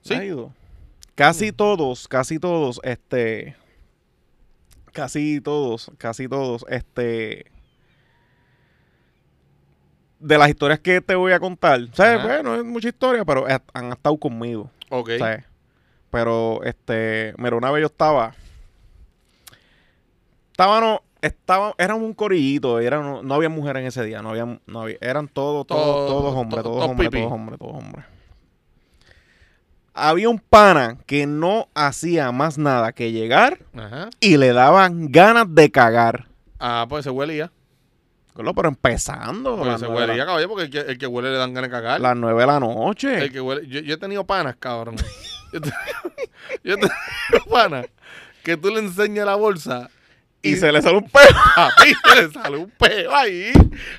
Sí.
¿has ido? Casi todos, casi todos, este. Casi todos, casi todos, este. De las historias que te voy a contar, ¿sabes?
Ajá.
Bueno, es mucha historia, pero eh, han estado conmigo.
Ok.
¿sabes? Pero, este, mira, una vez yo estaba. Estábamos, estábamos, éramos un corillito, era, no, no había mujeres en ese día, no había, no había- eran todos, todos,
Todos-
todos hombres,
to-
todos
todos
hombres,
pipí.
todos hombres, todos hombres. Había un pana que no hacía más nada que llegar
Ajá.
y le daban ganas de cagar.
Ah, pues se huele ya.
Gordo, Pero empezando,
Pues
las
se
nueve
huele
de
ya,
la-
caballo, porque el que, el que huele le dan ganas de cagar.
las nueve de la noche.
El que huele- Yo, yo he tenido panas, cabrón. Yo, te- yo he tenido panas que tú le enseñas la bolsa
y se le sale un peo.
a mí le sale un peo ahí.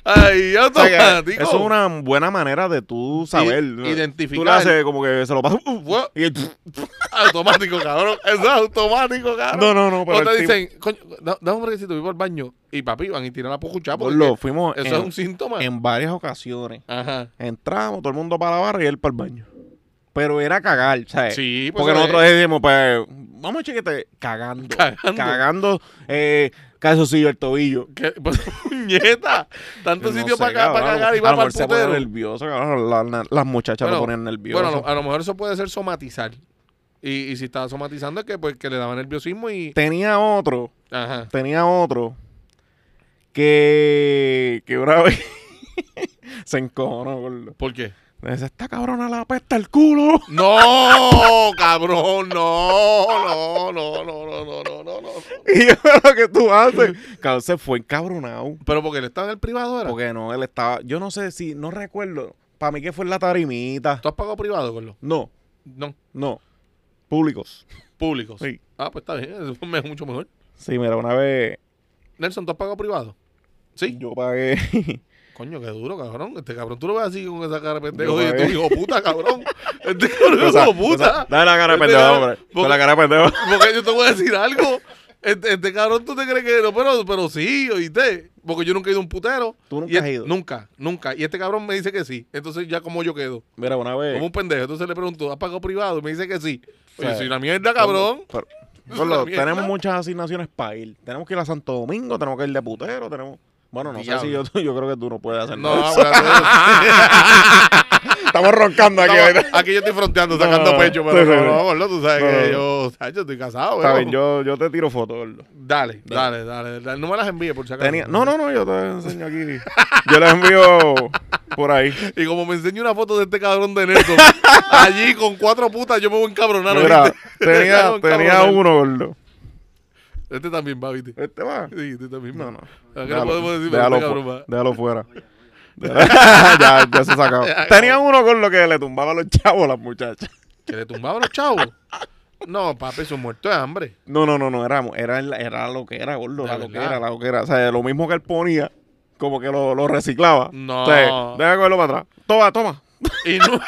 Ahí,
O sea, que
automático.
eso es una buena manera de tú saber.
I-
¿no?
identificar.
Tú le haces como que se lo pasas. uh, uh,
Fue
y el-
automático, cabrón. Eso es automático, cabrón.
no, no, no. Pero
o te
el tipo-
dicen, coño, da- dame un brequecito, voy por el baño. Y papi, van y tiran la pujucha "Ah, porque
Gordo, fuimos
eso
en,
es un síntoma.
en varias ocasiones.
Ajá.
Entramos, todo el mundo para la barra y él para el baño. Pero era cagar, ¿sabes?
Sí, pues,
Porque
eh,
nosotros decimos, pues, vamos a chequete, cagando.
Cagando.
Cagando, eh, calzoncillo, el tobillo.
que- pues, puñeta. Tanto
No
sitio
sé,
para, acá, para
cabrón.
cagar y
A
va para
lo mejor
el
se pone
putero.
nervioso, cabrón. La- la- las muchachas lo ponen nervioso.
Bueno, a lo- a lo mejor eso puede ser somatizar. Y, y si estaba somatizando es que, pues, que le daba nerviosismo y...
Tenía otro
Ajá.
tenía otro que, que una vez se encojonó, gordo.
¿Por qué?
Me dice, esta cabrona la apesta el culo.
¡No! ¡Cabrón! ¡No! ¡No, no, no, no, no, no, no, no!
Y yo, lo que tú haces. Cabrón, se fue encabronado.
Pero porque él estaba en el privado, ¿era?
Porque no, él estaba, yo no sé si, no recuerdo. Para mí que fue en la tarimita.
¿Tú has pagado privado, Gordo?
No,
No.
no. Públicos.
Públicos.
Sí.
Ah, pues está bien. Eso me- es mucho mejor.
Sí, mira, una vez
Nelson, ¿tú has pagado privado? Sí.
yo pagué.
Coño, qué duro, cabrón. Este cabrón, tú lo ves así con esa cara de
Yo
pendejo. Y tú,
pagué.
hijo puta, cabrón. Este cabrón es
O sea,
hijo
o sea,
puta.
Dale la cara de
Este
pendejo,
da-
hombre.
porque-
Dale la cara de pendejo.
Porque yo te voy a decir algo. Este, este cabrón, tú te crees que no, pero, pero sí, oíste. Porque yo nunca he ido a un putero.
Tú nunca
Y
has
es-
ido.
Nunca, nunca. Y este cabrón me dice que sí. Entonces, ya como yo quedo,
Mira, una vez.
como un pendejo. Entonces le pregunto, ¿has pagado privado? Y me dice que sí.
O
Oye,
sea,
soy una mierda, cabrón.
Pero-
Es
Gordo,
una mierda.
tenemos muchas asignaciones para ir. Tenemos que ir a Santo Domingo, tenemos que ir de putero, tenemos... Bueno, no sé si yo,
Diablo.
yo creo que tú no puedes hacer
No,
nada.
bueno,
Estamos roncando aquí.
estamos-
¿verdad?
aquí yo estoy fronteando,
No,
sacando
no,
pecho,
sí,
pero
sí,
no,
sí.
no, gordo, tú sabes
No, no,
que
no.
yo, ay, yo estoy casado,
Está bien,
weón.
yo, yo te tiro fotos, gordo.
Dale, dale, dale, dale. No me las envíes por si acaso.
Tenía- No, no, no, yo te enseño aquí. Yo les envío por ahí.
Y como me enseñó una foto de este cabrón de Nelson, allí con cuatro putas, yo me voy a encabronar.
Mira,
¿oíste? Me voy
tenía,
a
tenía
encabronar.
uno, gordo.
Este también va, ¿viste?
Este va.
Sí, este también va.
No, no.
¿A qué le podemos decir? Pero
déjalo
este
fu-
cabrón va.
déjalo fuera. ya, ya se sacaba.
Ya, ya.
Tenía uno con lo que le tumbaba a los chavos a las muchachas.
Que le tumbaban los chavos. No, papi, eso es muerto de hambre.
No, no, no, no, era, era, la- era la loquera, gordo,
De
la
verdad.
loquera, la loquera. O sea, lo mismo que él ponía, como que lo, lo reciclaba.
No.
O sea, deja cogerlo para atrás. Toma, toma,
Y, nu-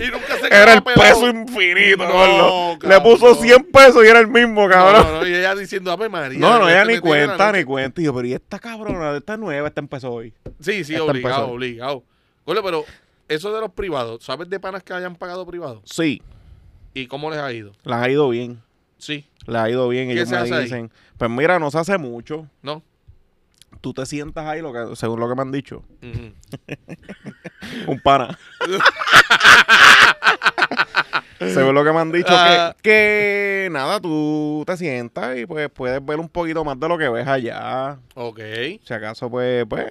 y nunca se
Era
quedaba
el
pelado.
peso infinito,
No,
gordo. Le
cabrón.
puso 100 pesos y era el mismo,
No,
cabrón.
no, no, y ella diciendo, Ave María.
No, no,
este
ella
me
ni
tiene la
cuenta,
noche".
ni cuenta. Y yo, pero ¿y esta cabrona? Esta nueva, esta empezó hoy.
Sí, sí,
Está
obligado,
empezando.
obligado. Gordo, pero eso de los privados, ¿sabes de panas que hayan pagado privados?
Sí,
¿Y cómo les ha ido?
las ha ido bien.
Sí,
Les ha ido bien.
¿Qué
Ellos
se
me
hace ahí?
dicen, pues mira, no se hace mucho.
¿no?
Tú te sientas ahí, lo que, según lo que me han dicho.
Ujú.
Un pana. Según lo que me han dicho,
Ah.
que, que nada, tú te sientas y pues puedes ver un poquito más de lo que ves allá.
Ok.
Si acaso, pues, pues,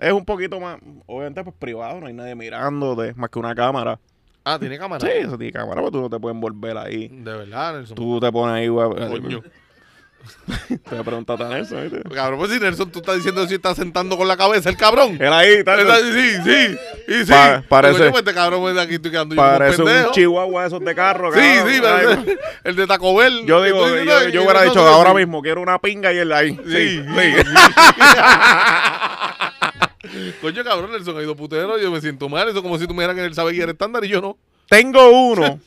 es un poquito más, obviamente, pues privado, no hay nadie mirándote, más que una cámara.
Ah, tiene cámara.
Sí, eso tiene cámara, pues tú no te puedes envolver ahí.
De verdad, Nelson.
Tú te pones ahí, güey.
Coño.
Te voy a preguntar a Nelson, ¿viste?
Cabrón, pues si Nelson, tú estás diciendo si está sentando con la cabeza el cabrón.
Él ahí, tal,
Está- Sí, sí, y sí.
Eh, Pa- parece-
Digo, yo, pues, este cabrón es de aquí, estoy quedando yo como
parece un
pendejo.
chihuahua de esos de carro,
Sí,
cabrón.
sí,
Ay,
parece el de Taco Bell.
Yo digo,
Estoy
yo,
diciendo,
yo
y
hubiera dicho,
nosotros-
ahora mismo quiero una pinga y él ahí.
Sí,
Sí.
sí. Coño, cabrón, Nelson ha ido putero. Yo me siento mal. Eso es como si tú me dijeras que él sabe guiar estándar y yo no.
Tengo uno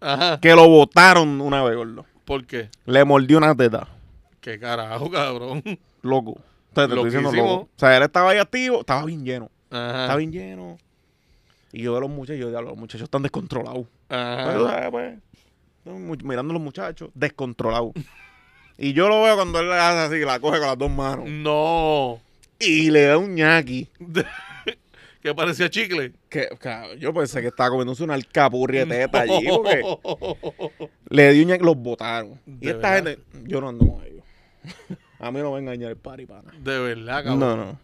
Ajá.
que lo botaron una vez, gordo.
¿Por qué?
Le mordió una teta.
¿Qué carajo, cabrón?
Loco. O sea, te estoy diciendo
Loquísimo.
loco. O sea, él estaba ahí activo, estaba bien lleno. Estaba
Ajá.
bien lleno. Y yo de los muchachos, yo diablo, los muchachos están descontrolados. Pero, tú
Ajá.
sabes, pues, no, mu- mirando a los muchachos, descontrolados. y yo lo veo cuando él le hace así, la coge con las dos manos.
No.
Y le da un ñaki.
Que parecía chicle.
Que, cabrón, yo pensé que estaba comiéndose una alcapurria de teta allí. Porque le dio un ñaki, los botaron.
¿De
Y esta
verdad?
gente, yo no ando con ellos. a mí no me va a engañar el party, pana.
De verdad, cabrón.
No, no.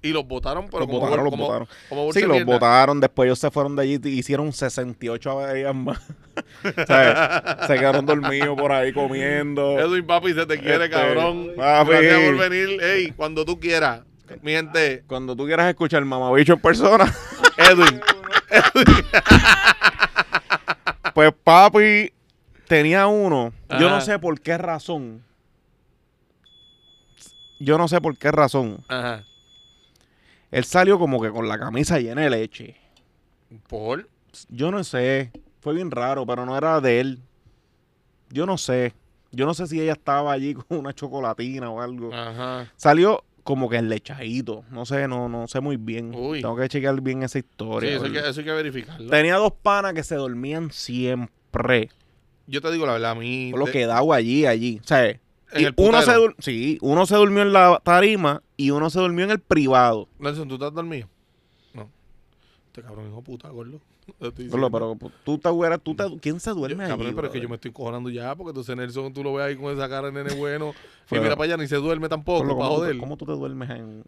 Y los botaron, pero
Los
como
botaron,
bol-
los
como-
botaron.
como bolsa
Sí,
de
los
mierda.
votaron, después ellos se fueron de allí y hicieron 68 averías más. ¿Sabes? se quedaron dormidos por ahí comiendo.
Edwin, papi, se te quiere,
Este,
cabrón.
papi.
Gracias por venir. Ey, cuando tú quieras. Mi gente,
Cuando tú quieras escuchar mamabicho en persona,
Edwin.
pues papi tenía uno. Yo
Ajá.
no sé por qué razón. Yo no sé por qué razón.
Ajá.
Él salió como que con la camisa llena de leche.
Por.
Yo no sé. Fue bien raro, pero no era de él. Yo no sé. Yo no sé si ella estaba allí con una chocolatina o algo.
Ah. Ajá.
Salió como que enlechadito. No sé, no, no sé muy bien.
Uy.
Tengo que chequear bien esa
Sí,
historia.
eso hay, que,
boludo.
eso hay que verificarlo.
Tenía dos panas que se dormían siempre.
Yo te digo la verdad, a mí.
Por lo
de-
quedado allí, allí. O sea,
en
y
el
uno, se
putero.
dur- sí, uno se durmió en la tarima y uno se durmió en el privado.
Nelson, ¿tú estás dormido? No. Este cabrón hijo de puta, gordo. Te estoy
Gordo,
diciendo.
pero pues, tú te hubiera- tú te- ¿quién se
Yo-
duerme allí?
cabrón, pero es que
brother?
yo me estoy cojonando ya, porque entonces Nelson tú lo ves ahí con esa cara de nene bueno. y
Pero-
mira para allá, ni se duerme tampoco,
Gordo,
para
¿cómo, tú
joder.
te- cómo tú te duermes en,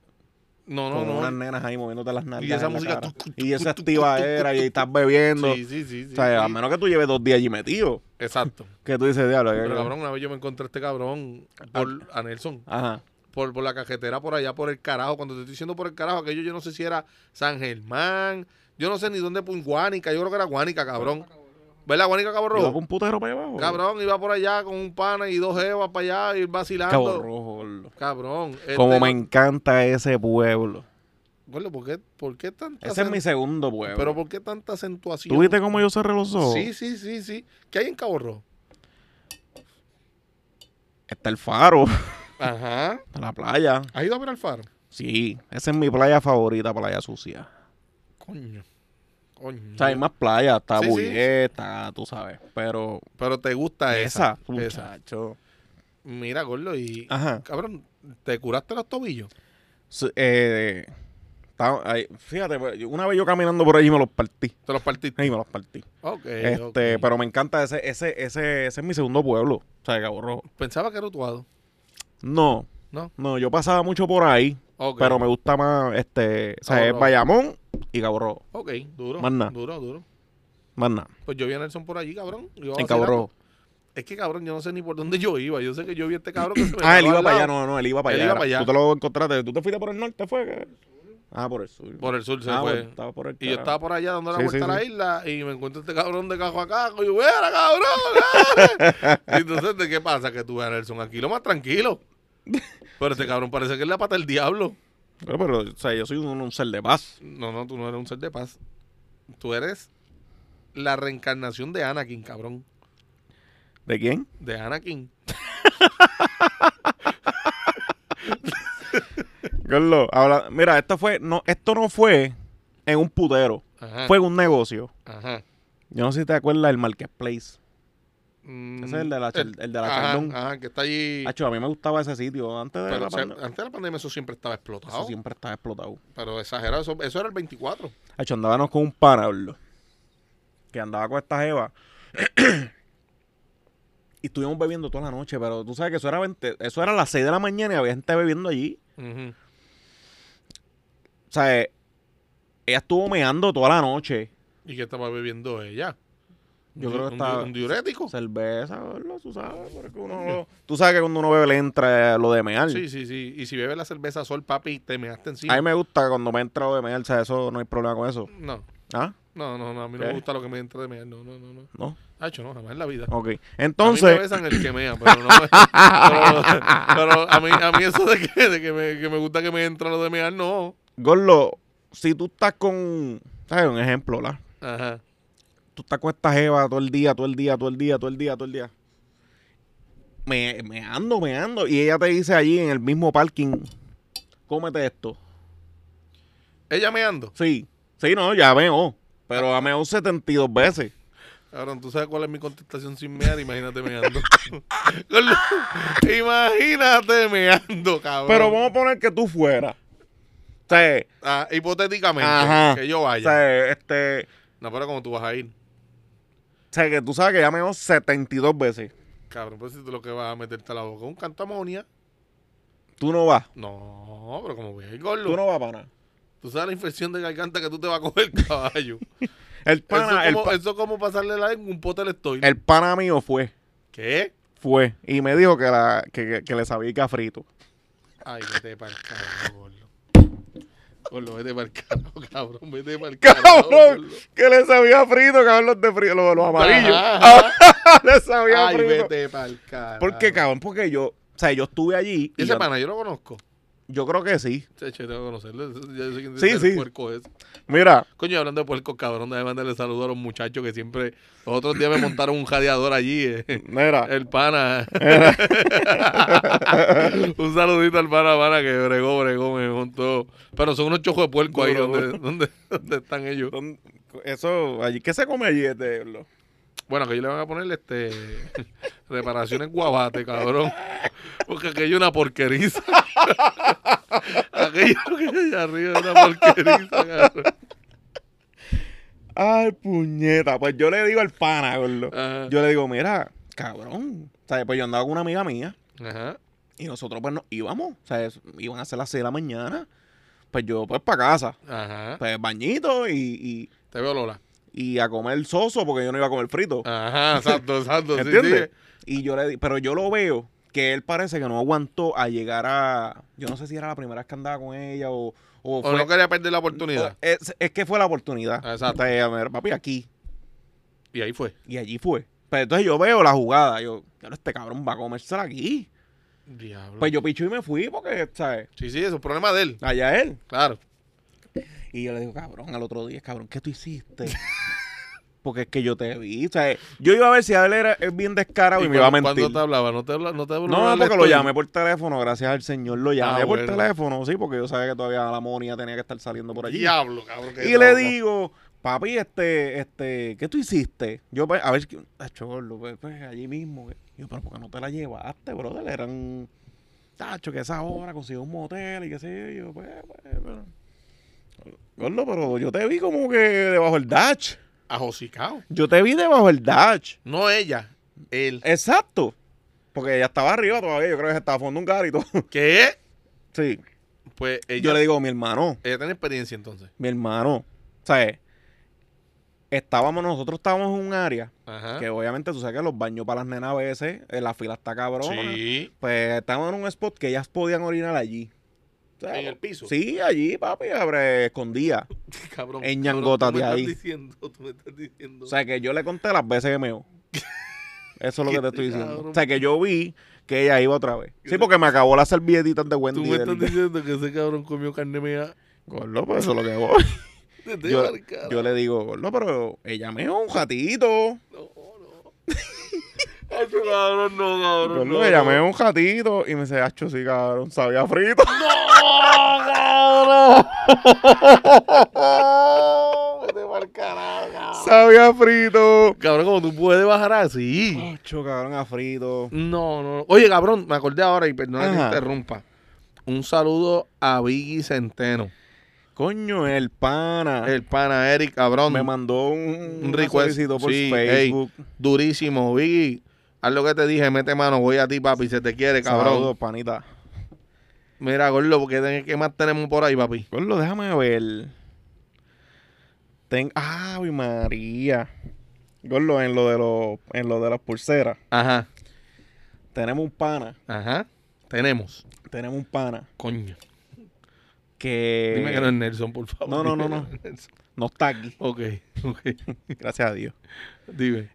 No,
con
no,
unas
no.
nenas ahí moviéndote las nalgas?
Y esa
en la
música,
cara?
tuc, tuc,
Y esa
tuc, tuc, tuc,
activadera
tuc,
y
tuc,
estás bebiendo.
Sí, sí, sí. sí,
o sea, a
sí.
menos que tú lleves dos días allí metido.
Exacto.
Que tú dices, diablo. eh,
Pero
que-
cabrón, una vez yo me encontré a este cabrón por, a Nelson.
Ajá.
por, por la cajetera por allá, por el carajo. Cuando te estoy diciendo por el carajo, aquello yo no sé si era San Germán, yo no sé ni dónde, pues, en Guánica, yo creo que era Guánica, cabrón. ¿Verdad, Guánica, Cabo
Iba
Rojo?
con un putero para allá abajo.
Cabrón, iba por allá con un pana y dos jevas para allá, y vacilando.
Cabo Rojo, gordo.
Cabrón. este,
Como me
no-
encanta ese pueblo.
Gordo, ¿por qué, por qué tanta
Ese es
acen-
mi segundo pueblo.
Pero ¿por qué tanta acentuación?
¿Tú viste cómo yo cerré los ojos?
Sí, sí, sí, sí. ¿Qué hay en Cabo Rojo?
Está el faro,
Ajá.
está la playa.
¿Has ido a ver al faro?
Sí, esa es mi playa favorita, playa sucia.
Coño. Coño.
O sea, hay más playas, está
Sí, sí.
Bullé, está, tú sabes. Pero
Pero te gusta
esa,
esa.
muchacho. Ah.
Mira, gordo, y...
Ajá.
Cabrón, ¿te curaste los tobillos?
Sí, eh, está- ahí- fíjate, pues, yo- una vez yo caminando por allí me los partí.
Te los partiste.
Ahí me los partí.
Ok,
este,
Eh, ok.
pero me encanta ese, ese, ese, ese es mi segundo pueblo. O sea, Cabo Rojo.
Pensaba que era Utuado.
No,
¿No?
no, yo pasaba mucho por ahí.
Ok.
Pero me gusta más este. O sea,
Cabo
es
Rojo.
Bayamón y Cabo Rojo.
Ok, duro.
Más nada.
Duro, duro.
Más nada.
Pues yo vi a Nelson por allí, cabrón. Yo
En
vacilando.
Cabo Rojo.
Es que, cabrón, yo no sé ni por dónde yo iba. Yo sé que yo vi a este cabrón que se me
Ah,
paró
él iba
al
para allá,
lado.
no, no, él iba para
Él
allá.
iba
era.
para allá.
Tú te lo encontraste. Tú te fuiste por el norte, fue. que- Ah, por el sur.
Por el sur se
ah,
fue.
bueno, estaba por el
Y yo estaba por allá dando la
Sí,
vuelta
sí,
a la
sí.
isla y me encuentro este cabrón de cajo acá. Y yo, ¡Vera, cabrón! ¡Vera! y entonces, ¿de qué pasa? Que tú ves a Nelson aquí lo más tranquilo. Pero este cabrón parece que es la pata del diablo.
Pero, pero, o sea, yo soy un, un ser de paz.
No, no, tú no eres un ser de paz. Tú eres la reencarnación de Anakin, cabrón.
¿De quién?
De Anakin.
Carlos, ahora, mira, esto fue, no, esto no fue en un putero,
Ajá.
fue en un negocio.
Ajá.
Yo no sé si te acuerdas del marketplace.
Mm,
Ese es el de la, chel- el de la
ajá,
Chaldón.
ajá, que está allí.
Hacho, a mí me gustaba ese sitio antes de
Pero,
la
o sea,
pandemia.
antes de la pandemia eso siempre estaba explotado.
Eso siempre estaba explotado.
Pero exagerado, eso, eso era el 24.
Hacho, andábamos con un pana, boludo, que andaba con esta jeva. y estuvimos bebiendo toda la noche, pero tú sabes que eso era 20 eso era las 6 de la mañana y había gente bebiendo allí.
Ujú.
O sea, eh, ella estuvo meando toda la noche.
¿Y qué estaba bebiendo ella?
Yo
Un
creo que
di-
estaba-
Un, diurético.
Cerveza, boludo, tú sabes, porque uno... Tú sabes que cuando uno bebe le entra eh, lo de mear.
Sí, sí, sí. Y si bebes la cerveza sol, papi, te measte
A
encima.
mí me gusta cuando me entra lo de mear, o sea, eso no hay problema con eso.
No,
¿Ah?
no, no, no, a mí no
¿Qué?
me gusta lo que me entra de mear. No, no, no, no.
¿No?
Hacho, no, jamás en la vida.
Ok.
A mí me
Entonces...
besan el que mea, pero no. pero, pero a, mí, a mí eso de, que, de que, me, que me gusta que me entra lo de mear, no.
Gorlo, si tú estás con, ¿sabes? Un ejemplo, ¿la?
Ajá.
Tú estás con esta jeva todo el día, todo el día, todo el día, todo el día, todo el día. Me, me ando, me ando. Y ella te dice allí en el mismo parking, cómete esto.
Ella meando.
Sí, sí, no, ya veo. Pero ya meó 72 veces.
Cabrón, tú sabes cuál es mi contestación sin mear, imagínate meando. Gordo, imagínate meando, cabrón.
Pero vamos a poner que tú fueras. O sea,
Ah, hipotéticamente,
Ajá.
que yo
o
vaya.
sea, este, o
No, pero como tú vas a ir.
sea, que tú sabes que ya meó 72 veces.
Cabrón, pero si tú lo que vas a meterte a la boca es un cantamonia.
Tú no vas.
No, pero como voy a ir,
Tú
gordo.
no vas para nada.
Tú sabes la infección de garganta que tú te vas a coger, caballo.
El
eso,
pana, el,
como,
pa-
eso como pasarle la en un pote al estoy.
el pana mío fue.
¿Qué?
Fue y me dijo que, la, que, que- que le sabía que a frito.
Ay, vete para el carajo, gordo. Gordo, vete para el carajo, cabrón. Vete para el carajo.
¡Cabrón!
gordo.
Que le sabía a frito, cabrón, los, de fri- los, los amarillos.
Ajá, ajá.
le sabía
Ay,
a frito.
vete para el carajo.
Porque, cabrón, porque yo, o sea, yo estuve allí. y
Ese
yo,
pana, yo lo conozco.
yo creo que sí.
Che, che, tengo que conocerlo. Yo sé quién
Sí,
es el
sí.
puerco ese.
Mira,
Coño, hablando de puercos, cabrón, déjame mandarle saludos a los muchachos que siempre. Los otros días me montaron un jadeador allí. eh.
mira.
El pana. un saludito al pana, pana, que bregó, bregó, me montó. Pero son unos chojos de puerco ahí
Duro,
donde, donde, donde están ellos.
¿dónde- Eso, allí, ¿qué se come allí este? lo-
Bueno, que ellos le van a poner este reparaciones guabate, cabrón. Porque aquello es una porqueriza. aquello que hay arriba es una porqueriza, cabrón.
Ay, puñeta. Pues yo le digo al pana, gordo.
Ajá.
Yo le digo, mira, cabrón. O sea, pues yo andaba con una amiga mía.
Ajá.
Y nosotros pues nos íbamos, o sea, es- iban a ser las 6 de la mañana. Pues yo pues para casa,
Ajá.
pues bañito y,
Te veo Lola.
y, y a comer soso porque yo no iba a comer frito.
Ajá, exacto, exacto. Ah, sí,
¿Entiendes?
sí.
Y yo le di, pero yo lo veo que él parece que no aguantó a llegar a, yo no sé si era la primera vez que andaba con ella o, o,
O
fue- Oh,
no quería perder la
o-
oportunidad.
es, es que fue la oportunidad.
Exacto.
Entonces, ella me dijo, papi, aquí.
Y ahí fue.
Y allí fue. Pero entonces yo veo la jugada, yo, "Claro, este cabrón va a comérsela aquí.
Diablo.
Pues yo picho y me fui porque, ¿sabes?
sí, sí, eso es un problema de él.
Allá él.
Claro.
Y yo le digo, cabrón, al otro día, cabrón, ¿qué tú hiciste? Porque es que yo te vi. O sea, yo iba a ver si él era es bien descarado Ah, y, me iba a
cuando-
mentir.
¿Cuándo te hablaba? ¿No te hablaba? No, te hablaba
No,
del
porque lo
estudio?
llamé por teléfono, gracias al Señor lo llamé
Ah,
por
bueno.
teléfono, sí, porque yo sabía que todavía la monia tenía que estar saliendo por allí.
Diablo, cabrón. qué
y le
loco.
digo, papi, este, este, ¿qué tú hiciste? Yo, pues, a ver, que- ah, chorlo, pues, pues, allí mismo. Yo, pero ¿por qué no te la llevaste, brother? Eran, tacho, que esa hora consiguió un motel y qué sé yo, pues, pues, pero... Gordo, pero yo te vi como que debajo del dash.
Ajosicao.
Yo te vi debajo del dash.
No ella, él.
Eh. Exacto. Porque ella estaba arriba todavía, yo creo que se estaba a fondo un garito.
¿Qué?
sí.
Pues ella,
Yo le digo, mi hermano,
ella tiene experiencia entonces.
mi hermano, ¿sabes? Estábamos, nosotros estábamos en un área
Ajá.
que obviamente tú sabes que los baños para las nenas a veces, eh, la fila está cabrona.
Sí.
Pues estábamos en un spot que ellas podían orinar allí. ¿Sabes?
¿En el piso?
Sí, allí, pañangotas escondía.
Cabrón.
En
cabrón,
ñangota
tú me
de ahí.
Estás diciendo, tú me estás diciendo.
O sea, que yo le conté las veces que meo. Eso es lo que te estoy diciendo. O sea, que yo vi que ella iba otra vez. Sí, porque me acabó las servilletitas de
Tú
Wendy.
me
del-
estás diciendo que ese cabrón comió carne mía.
Gordo, pues eso es lo que voy.
Desde
Yo-
barcada.
Yo le digo, gordo, pero ella me un ratito.
Ay, pero cabrón, no, cabrón.
Gordo, ella me un ratito. Y me dice, acho, sí, cabrón, sabía frito.
no. Vete pa'l carajo, cabrón.
sabía frito.
Cabrón, como tú puedes bajar así.
Acho, cabrón, a frito.
No, no. Oye, cabrón, me acordé ahora y perdona que te
Ajá.
interrumpa. Un saludo a Vicky Centeno.
Coño, el pana.
El pana Eric, cabrón.
me mandó un,
Un
una
request,
solicitud por
sí,
Facebook.
Durísimo, Vicky. Haz lo que te dije, mete mano, voy a ti, papi, se te quiere, cabrón.
Saludos, panita.
Mira, gordo, porque ten- ¿qué más tenemos por ahí, papi?
Gordo, déjame ver. Ten... ¡Ay, María! Gordo, en lo de los, en lo de las pulseras.
Ajá,
Tenemos un pana.
ajá. Tenemos.
Tenemos un pana
Coño.
que.
Dime que no es Nelson, por favor.
Eh, No, no,
Dime
no,
que
no.
es Nelson.
no está aquí.
Ok, ok.
Gracias a Dios.
Dime.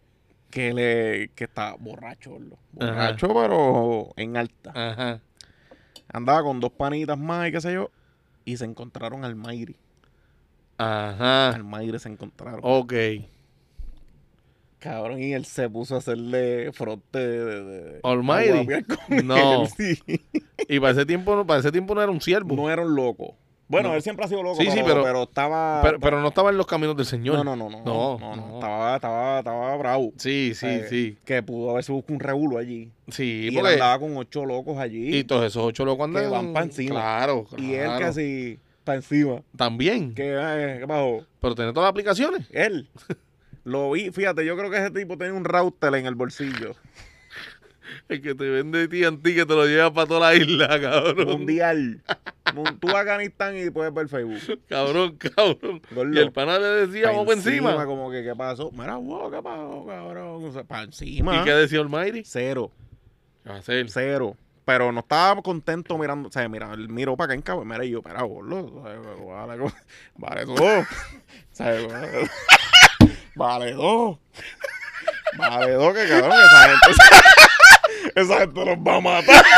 Que le. que está borracho, gordo.
Ajá. Ah.
Borracho, pero en alta.
Ajá.
Andaba con dos panitas más y qué sé yo. Y se encontraron al Mayri. Al
Ajá.
Mayri se encontraron.
Ok.
Cabrón, y él se puso a hacerle fronte de. de, de-
Almighty.
a guapear con
No.
él, sí.
Y para ese tiempo, no- para ese tiempo no era un siervo.
No era un loco. Bueno,
No.
él siempre ha sido loco,
Sí,
pero,
sí, pero-
pero, estaba.
Pero, pero no estaba en los caminos del Señor.
no, no, no, no,
No,
no, no,
no.
Estaba, estaba, estaba bravo.
Sí, sí,
Eh,
sí.
Que pudo haberse buscado un rebulo allí.
Sí,
Y, él
porque-
andaba con ocho locos allí.
y
Y,
todos esos ocho locos andan.
Que van pa' encima.
Claro,
él
claro.
casi para encima.
También.
Que, eh, ¿Qué pasó?
Pero tiene todas las aplicaciones.
Él. Lo vi, fíjate, yo creo que ese tipo tenía un router en el bolsillo.
El que te vende ti a ti que te lo lleva para toda la isla, cabrón.
Mundial. Mun- Tú a Afganistán y puedes ver Facebook.
Cabrón, cabrón.
Gordo.
Y el pana le decía,
Pa'
vamos pa' encima.
Como que, ¿qué pasó? Mira, wow, ¿qué pasó, cabrón? O sea, para encima.
¿Y qué decía Almighty?
Cero.
¿Qué va a hacer?
cero. Pero no estaba contento mirando, o sea, mira, él miró para acá en cabo, mira, y yo, espera, boludo, o sea, vale, co- vale dos, o sea, vale- vale dos, vale dos, que cabrón, esa gente, esa gente nos va a matar.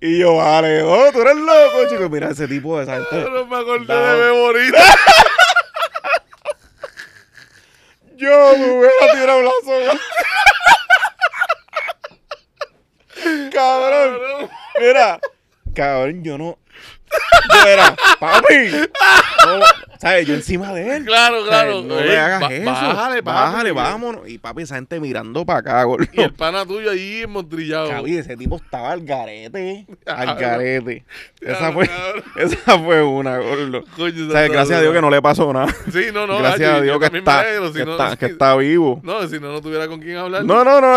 Y yo, vale dos, tú eres loco, chico, mira, ese tipo de esa gente,
No me acordé
Dao.
de Beborita.
Yo me hubiera tirado la soga. Cabrón. Mira. Cabrón, yo no. Yo era, papi. No, ¿Sabes? Yo encima de él.
Claro, claro.
¿Sabes? No
Ey,
le hagas
ba-
eso.
Bájale, papi.
Bájale, vámonos. Y papi, esa gente mirando para acá, gordo.
Y el pana tuyo ahí enmontrillado.
Cabrón, ese tipo estaba al garete. Al
Diablo.
garete. Esa
Diablo,
fue,
cabrón.
esa fue una, gordo.
Coño,
¿Sabes? Gracias a Dios que no le pasó nada.
Sí, no, no.
Gracias
ay,
a
yo
Dios que
también me
está,
alegro, si
que
no-
está, que
si-
está vivo.
No, si no, no tuviera con quién hablar.
No, no, no.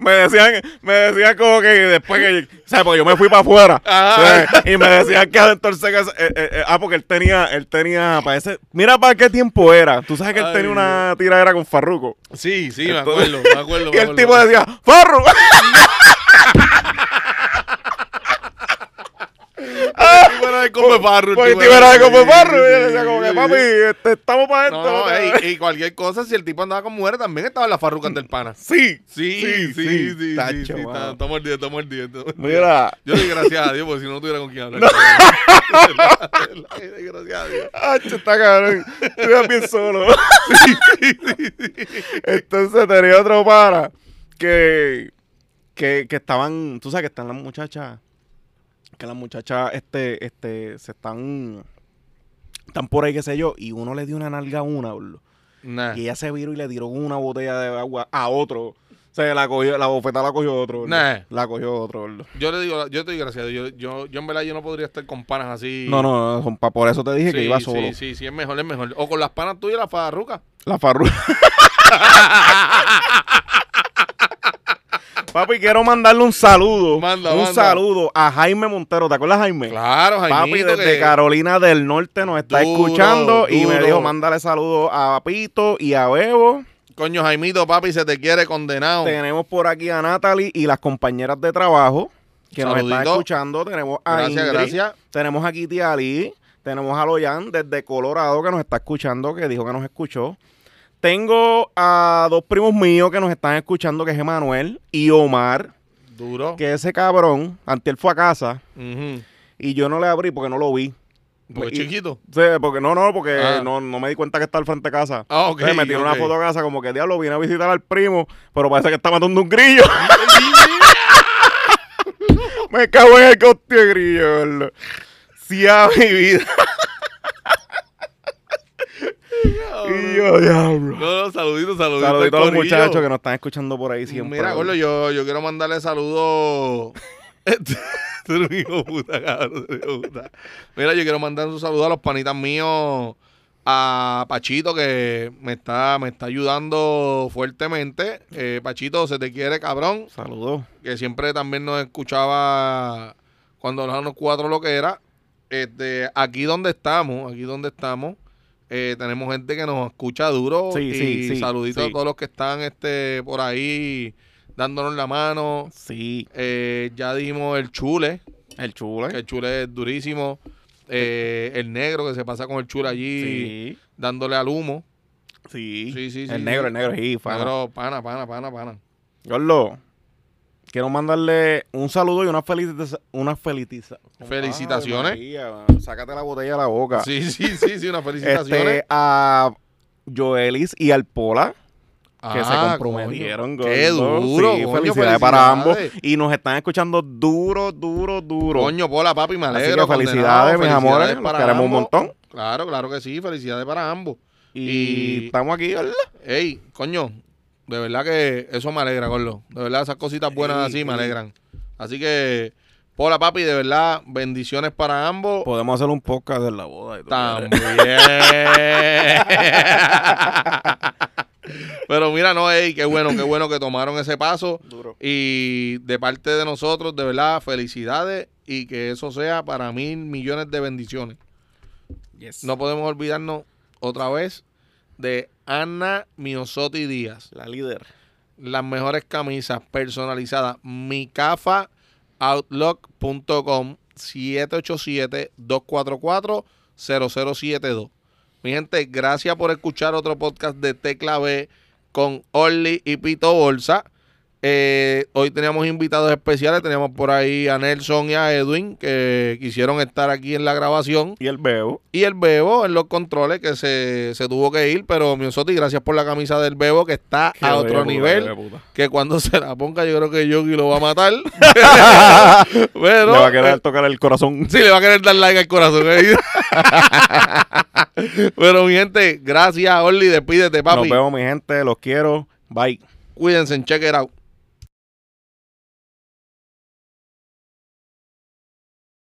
me decían, me decían como que después que, o sea, porque yo me fui para afuera.
Ajá.
¿sabes? Y me decían que entonces, que- eh, eh, eh, ah, porque él tenía, él tenía, parece, mira para qué tiempo era. Tú sabes que él
Ay,
tenía una tiradera con Farruko.
Sí, sí,
Entonces-
me acuerdo, me acuerdo.
Y
me
el
acuerdo.
tipo decía, ¡Farruko!
El tipo era de Come Farro,
Pues el tipo era de como
Sí,
Farruko. Y
sí,
él decía como que,
sí,
papi,
sí.
este, estamos para esto.
No, no,
otra
ey,
vez".
y cualquier cosa, si el tipo andaba con mujeres, también estaba en las farrucas del pana.
Sí,
Sí, sí, sí, sí, sí,
tacho,
sí,
mano.
está- Estamos el día, estamos el día. estamos al día.
Mira,
Yo le di gracias a Dios, porque si no, no tuviera con quién hablar. cabrón. Le di gracias a Dios.
Ah, está cabrón. Tú ibas bien solo. Entonces tenía otro para que, que, que estaban, tú sabes que están las muchachas, que las muchachas este, este, se están, están por ahí, qué sé yo, y uno le dio una nalga a una, boludo.
Nah,
Y ella se viró y le tiró una botella de agua a otro. O sea, la, cogió, la bofeta la cogió otro, boludo.
Nah.
La cogió otro, boludo.
yo le digo, yo te digo gracias a Dios. Yo, yo, yo en verdad, yo no podría estar con panas así.
No, no, no, son pa- por eso te dije
sí,
que iba solo.
Sí, sí, sí, es mejor, es mejor. O con las panas tuyas y las farrucas.
La farruca. Papi, quiero mandarle un saludo.
Manda,
un
manda.
saludo a Jaime Montero. ¿Te acuerdas, Jaime?
Claro,
Papi,
Jaimito.
desde
que-
Carolina del Norte nos está
Duro,
escuchando y me
duro.
dijo, mándale saludos a Pito y a Bebo.
Coño, Jaimito, papi, se te quiere condenado.
Tenemos por aquí a Natalie y las compañeras de trabajo que nos
Saludito.
están escuchando. Tenemos a
Gracias,
Ingrid.
gracias.
Tenemos a Kitty Ali, Tenemos a Loyan desde Colorado que nos está escuchando, que dijo que nos escuchó. Tengo a dos primos míos que nos están escuchando, que es Emanuel y Omar,
Duro.
que ese cabrón, antier fue a casa
Ujú.
y yo no le abrí porque no lo vi.
Pues
Y-
chiquito.
Sí, porque no, no, porque
Ah.
no, no me di cuenta que está al frente de casa.
Ah, ok,
Entonces me tiró una
ok.
foto a casa como que diablo vine a visitar al primo, pero parece que está matando un grillo. me cago en el coste de grillo, ¿verdad? Sí, a mi vida. y yo, diablo.
No, no, saluditos, saluditos.
Saluditos a los
corillo.
muchachos que nos están escuchando por ahí siempre.
Mira, Gordo, yo, yo quiero mandarle saludos. Este- Tú eres un hijo de puta, cabrón. tú eres un hijo de puta. Mira, yo quiero mandar un saludo a los panitas míos, a Pachito, que me está, me está ayudando fuertemente. Eh, Pachito, se te quiere, cabrón.
Saludos.
Que siempre también nos escuchaba cuando hablaban los cuatro lo que era. Este, aquí donde estamos, aquí donde estamos, eh, tenemos gente que nos escucha duro.
Sí,
y
sí, sí,
saluditos
sí.
a todos los que están este, por ahí dándonos la mano.
Sí,
Eh, ya dijimos el chule,
el chulo. ¿eh?
que el chule es durísimo. Eh, el negro que se pasa con el chule allí
Sí,
dándole al humo.
sí.
Sí, sí, sí,
el negro,
sí.
el negro, sí, fama.
Negro, pana, pana, pana, pana.
Gordo, quiero mandarle un saludo y una felicitación. Una felitiza-
Felicitaciones.
Ay, María, sácate la botella a la boca.
Sí, sí, sí, sí, unas felicitaciones.
Ah. Este, a Joelis y al Pola, que se
Ah,
comprometieron.
coño. Qué
gordo.
duro,
Sí,
coño,
felicidades, para ambos.
felicidades.
Y nos están escuchando duro, duro, duro.
Coño, pola, papi, me
Así que
alegro. condenado.
felicidades, mis amores.
Felicidades
Los
para
queremos un
ambos.
montón.
Claro, claro que sí. Felicidades para ambos.
Y,
y-
estamos aquí, ¿verdad?
Ey, coño, de verdad que eso me alegra, Gordo. De verdad, esas cositas buenas
Ey,
así me
ey.
alegran. Así que, pola, papi, de verdad, bendiciones para ambos.
Podemos hacer un podcast de la boda. y todo.
También. Pero mira, no, ey, qué bueno, qué bueno que tomaron ese paso.
Duro.
Y de parte de nosotros, de verdad, felicidades y que eso sea para mil millones de bendiciones.
Yes.
No podemos olvidarnos otra vez de Ana Miosotti Díaz.
La líder.
Las mejores camisas personalizadas. MicafaOutlook.com 787-244-0072. Mi gente, gracias por escuchar otro podcast de Tecla B con Orly y Pito Bolsa. Eh, hoy teníamos invitados especiales. Teníamos por ahí a Nelson y a Edwin que quisieron estar aquí en la grabación.
Y el Bebo.
Y el Bebo en los controles que se, se tuvo que ir, pero Miosotti, gracias por la camisa del Bebo que está
Qué
a otro
bebé, puta, qué
nivel.
bebé, puta.
Que cuando se la ponga, yo creo que Yogi lo va a matar. pero. eh,
Le va a querer tocar el corazón.
Sí, le va a querer dar like al corazón. ¿eh? pero mi gente, gracias, Orly. Despídete,
Nos
papi.
vemos, mi gente. Los quiero. Bye.
Cuídense, check it out.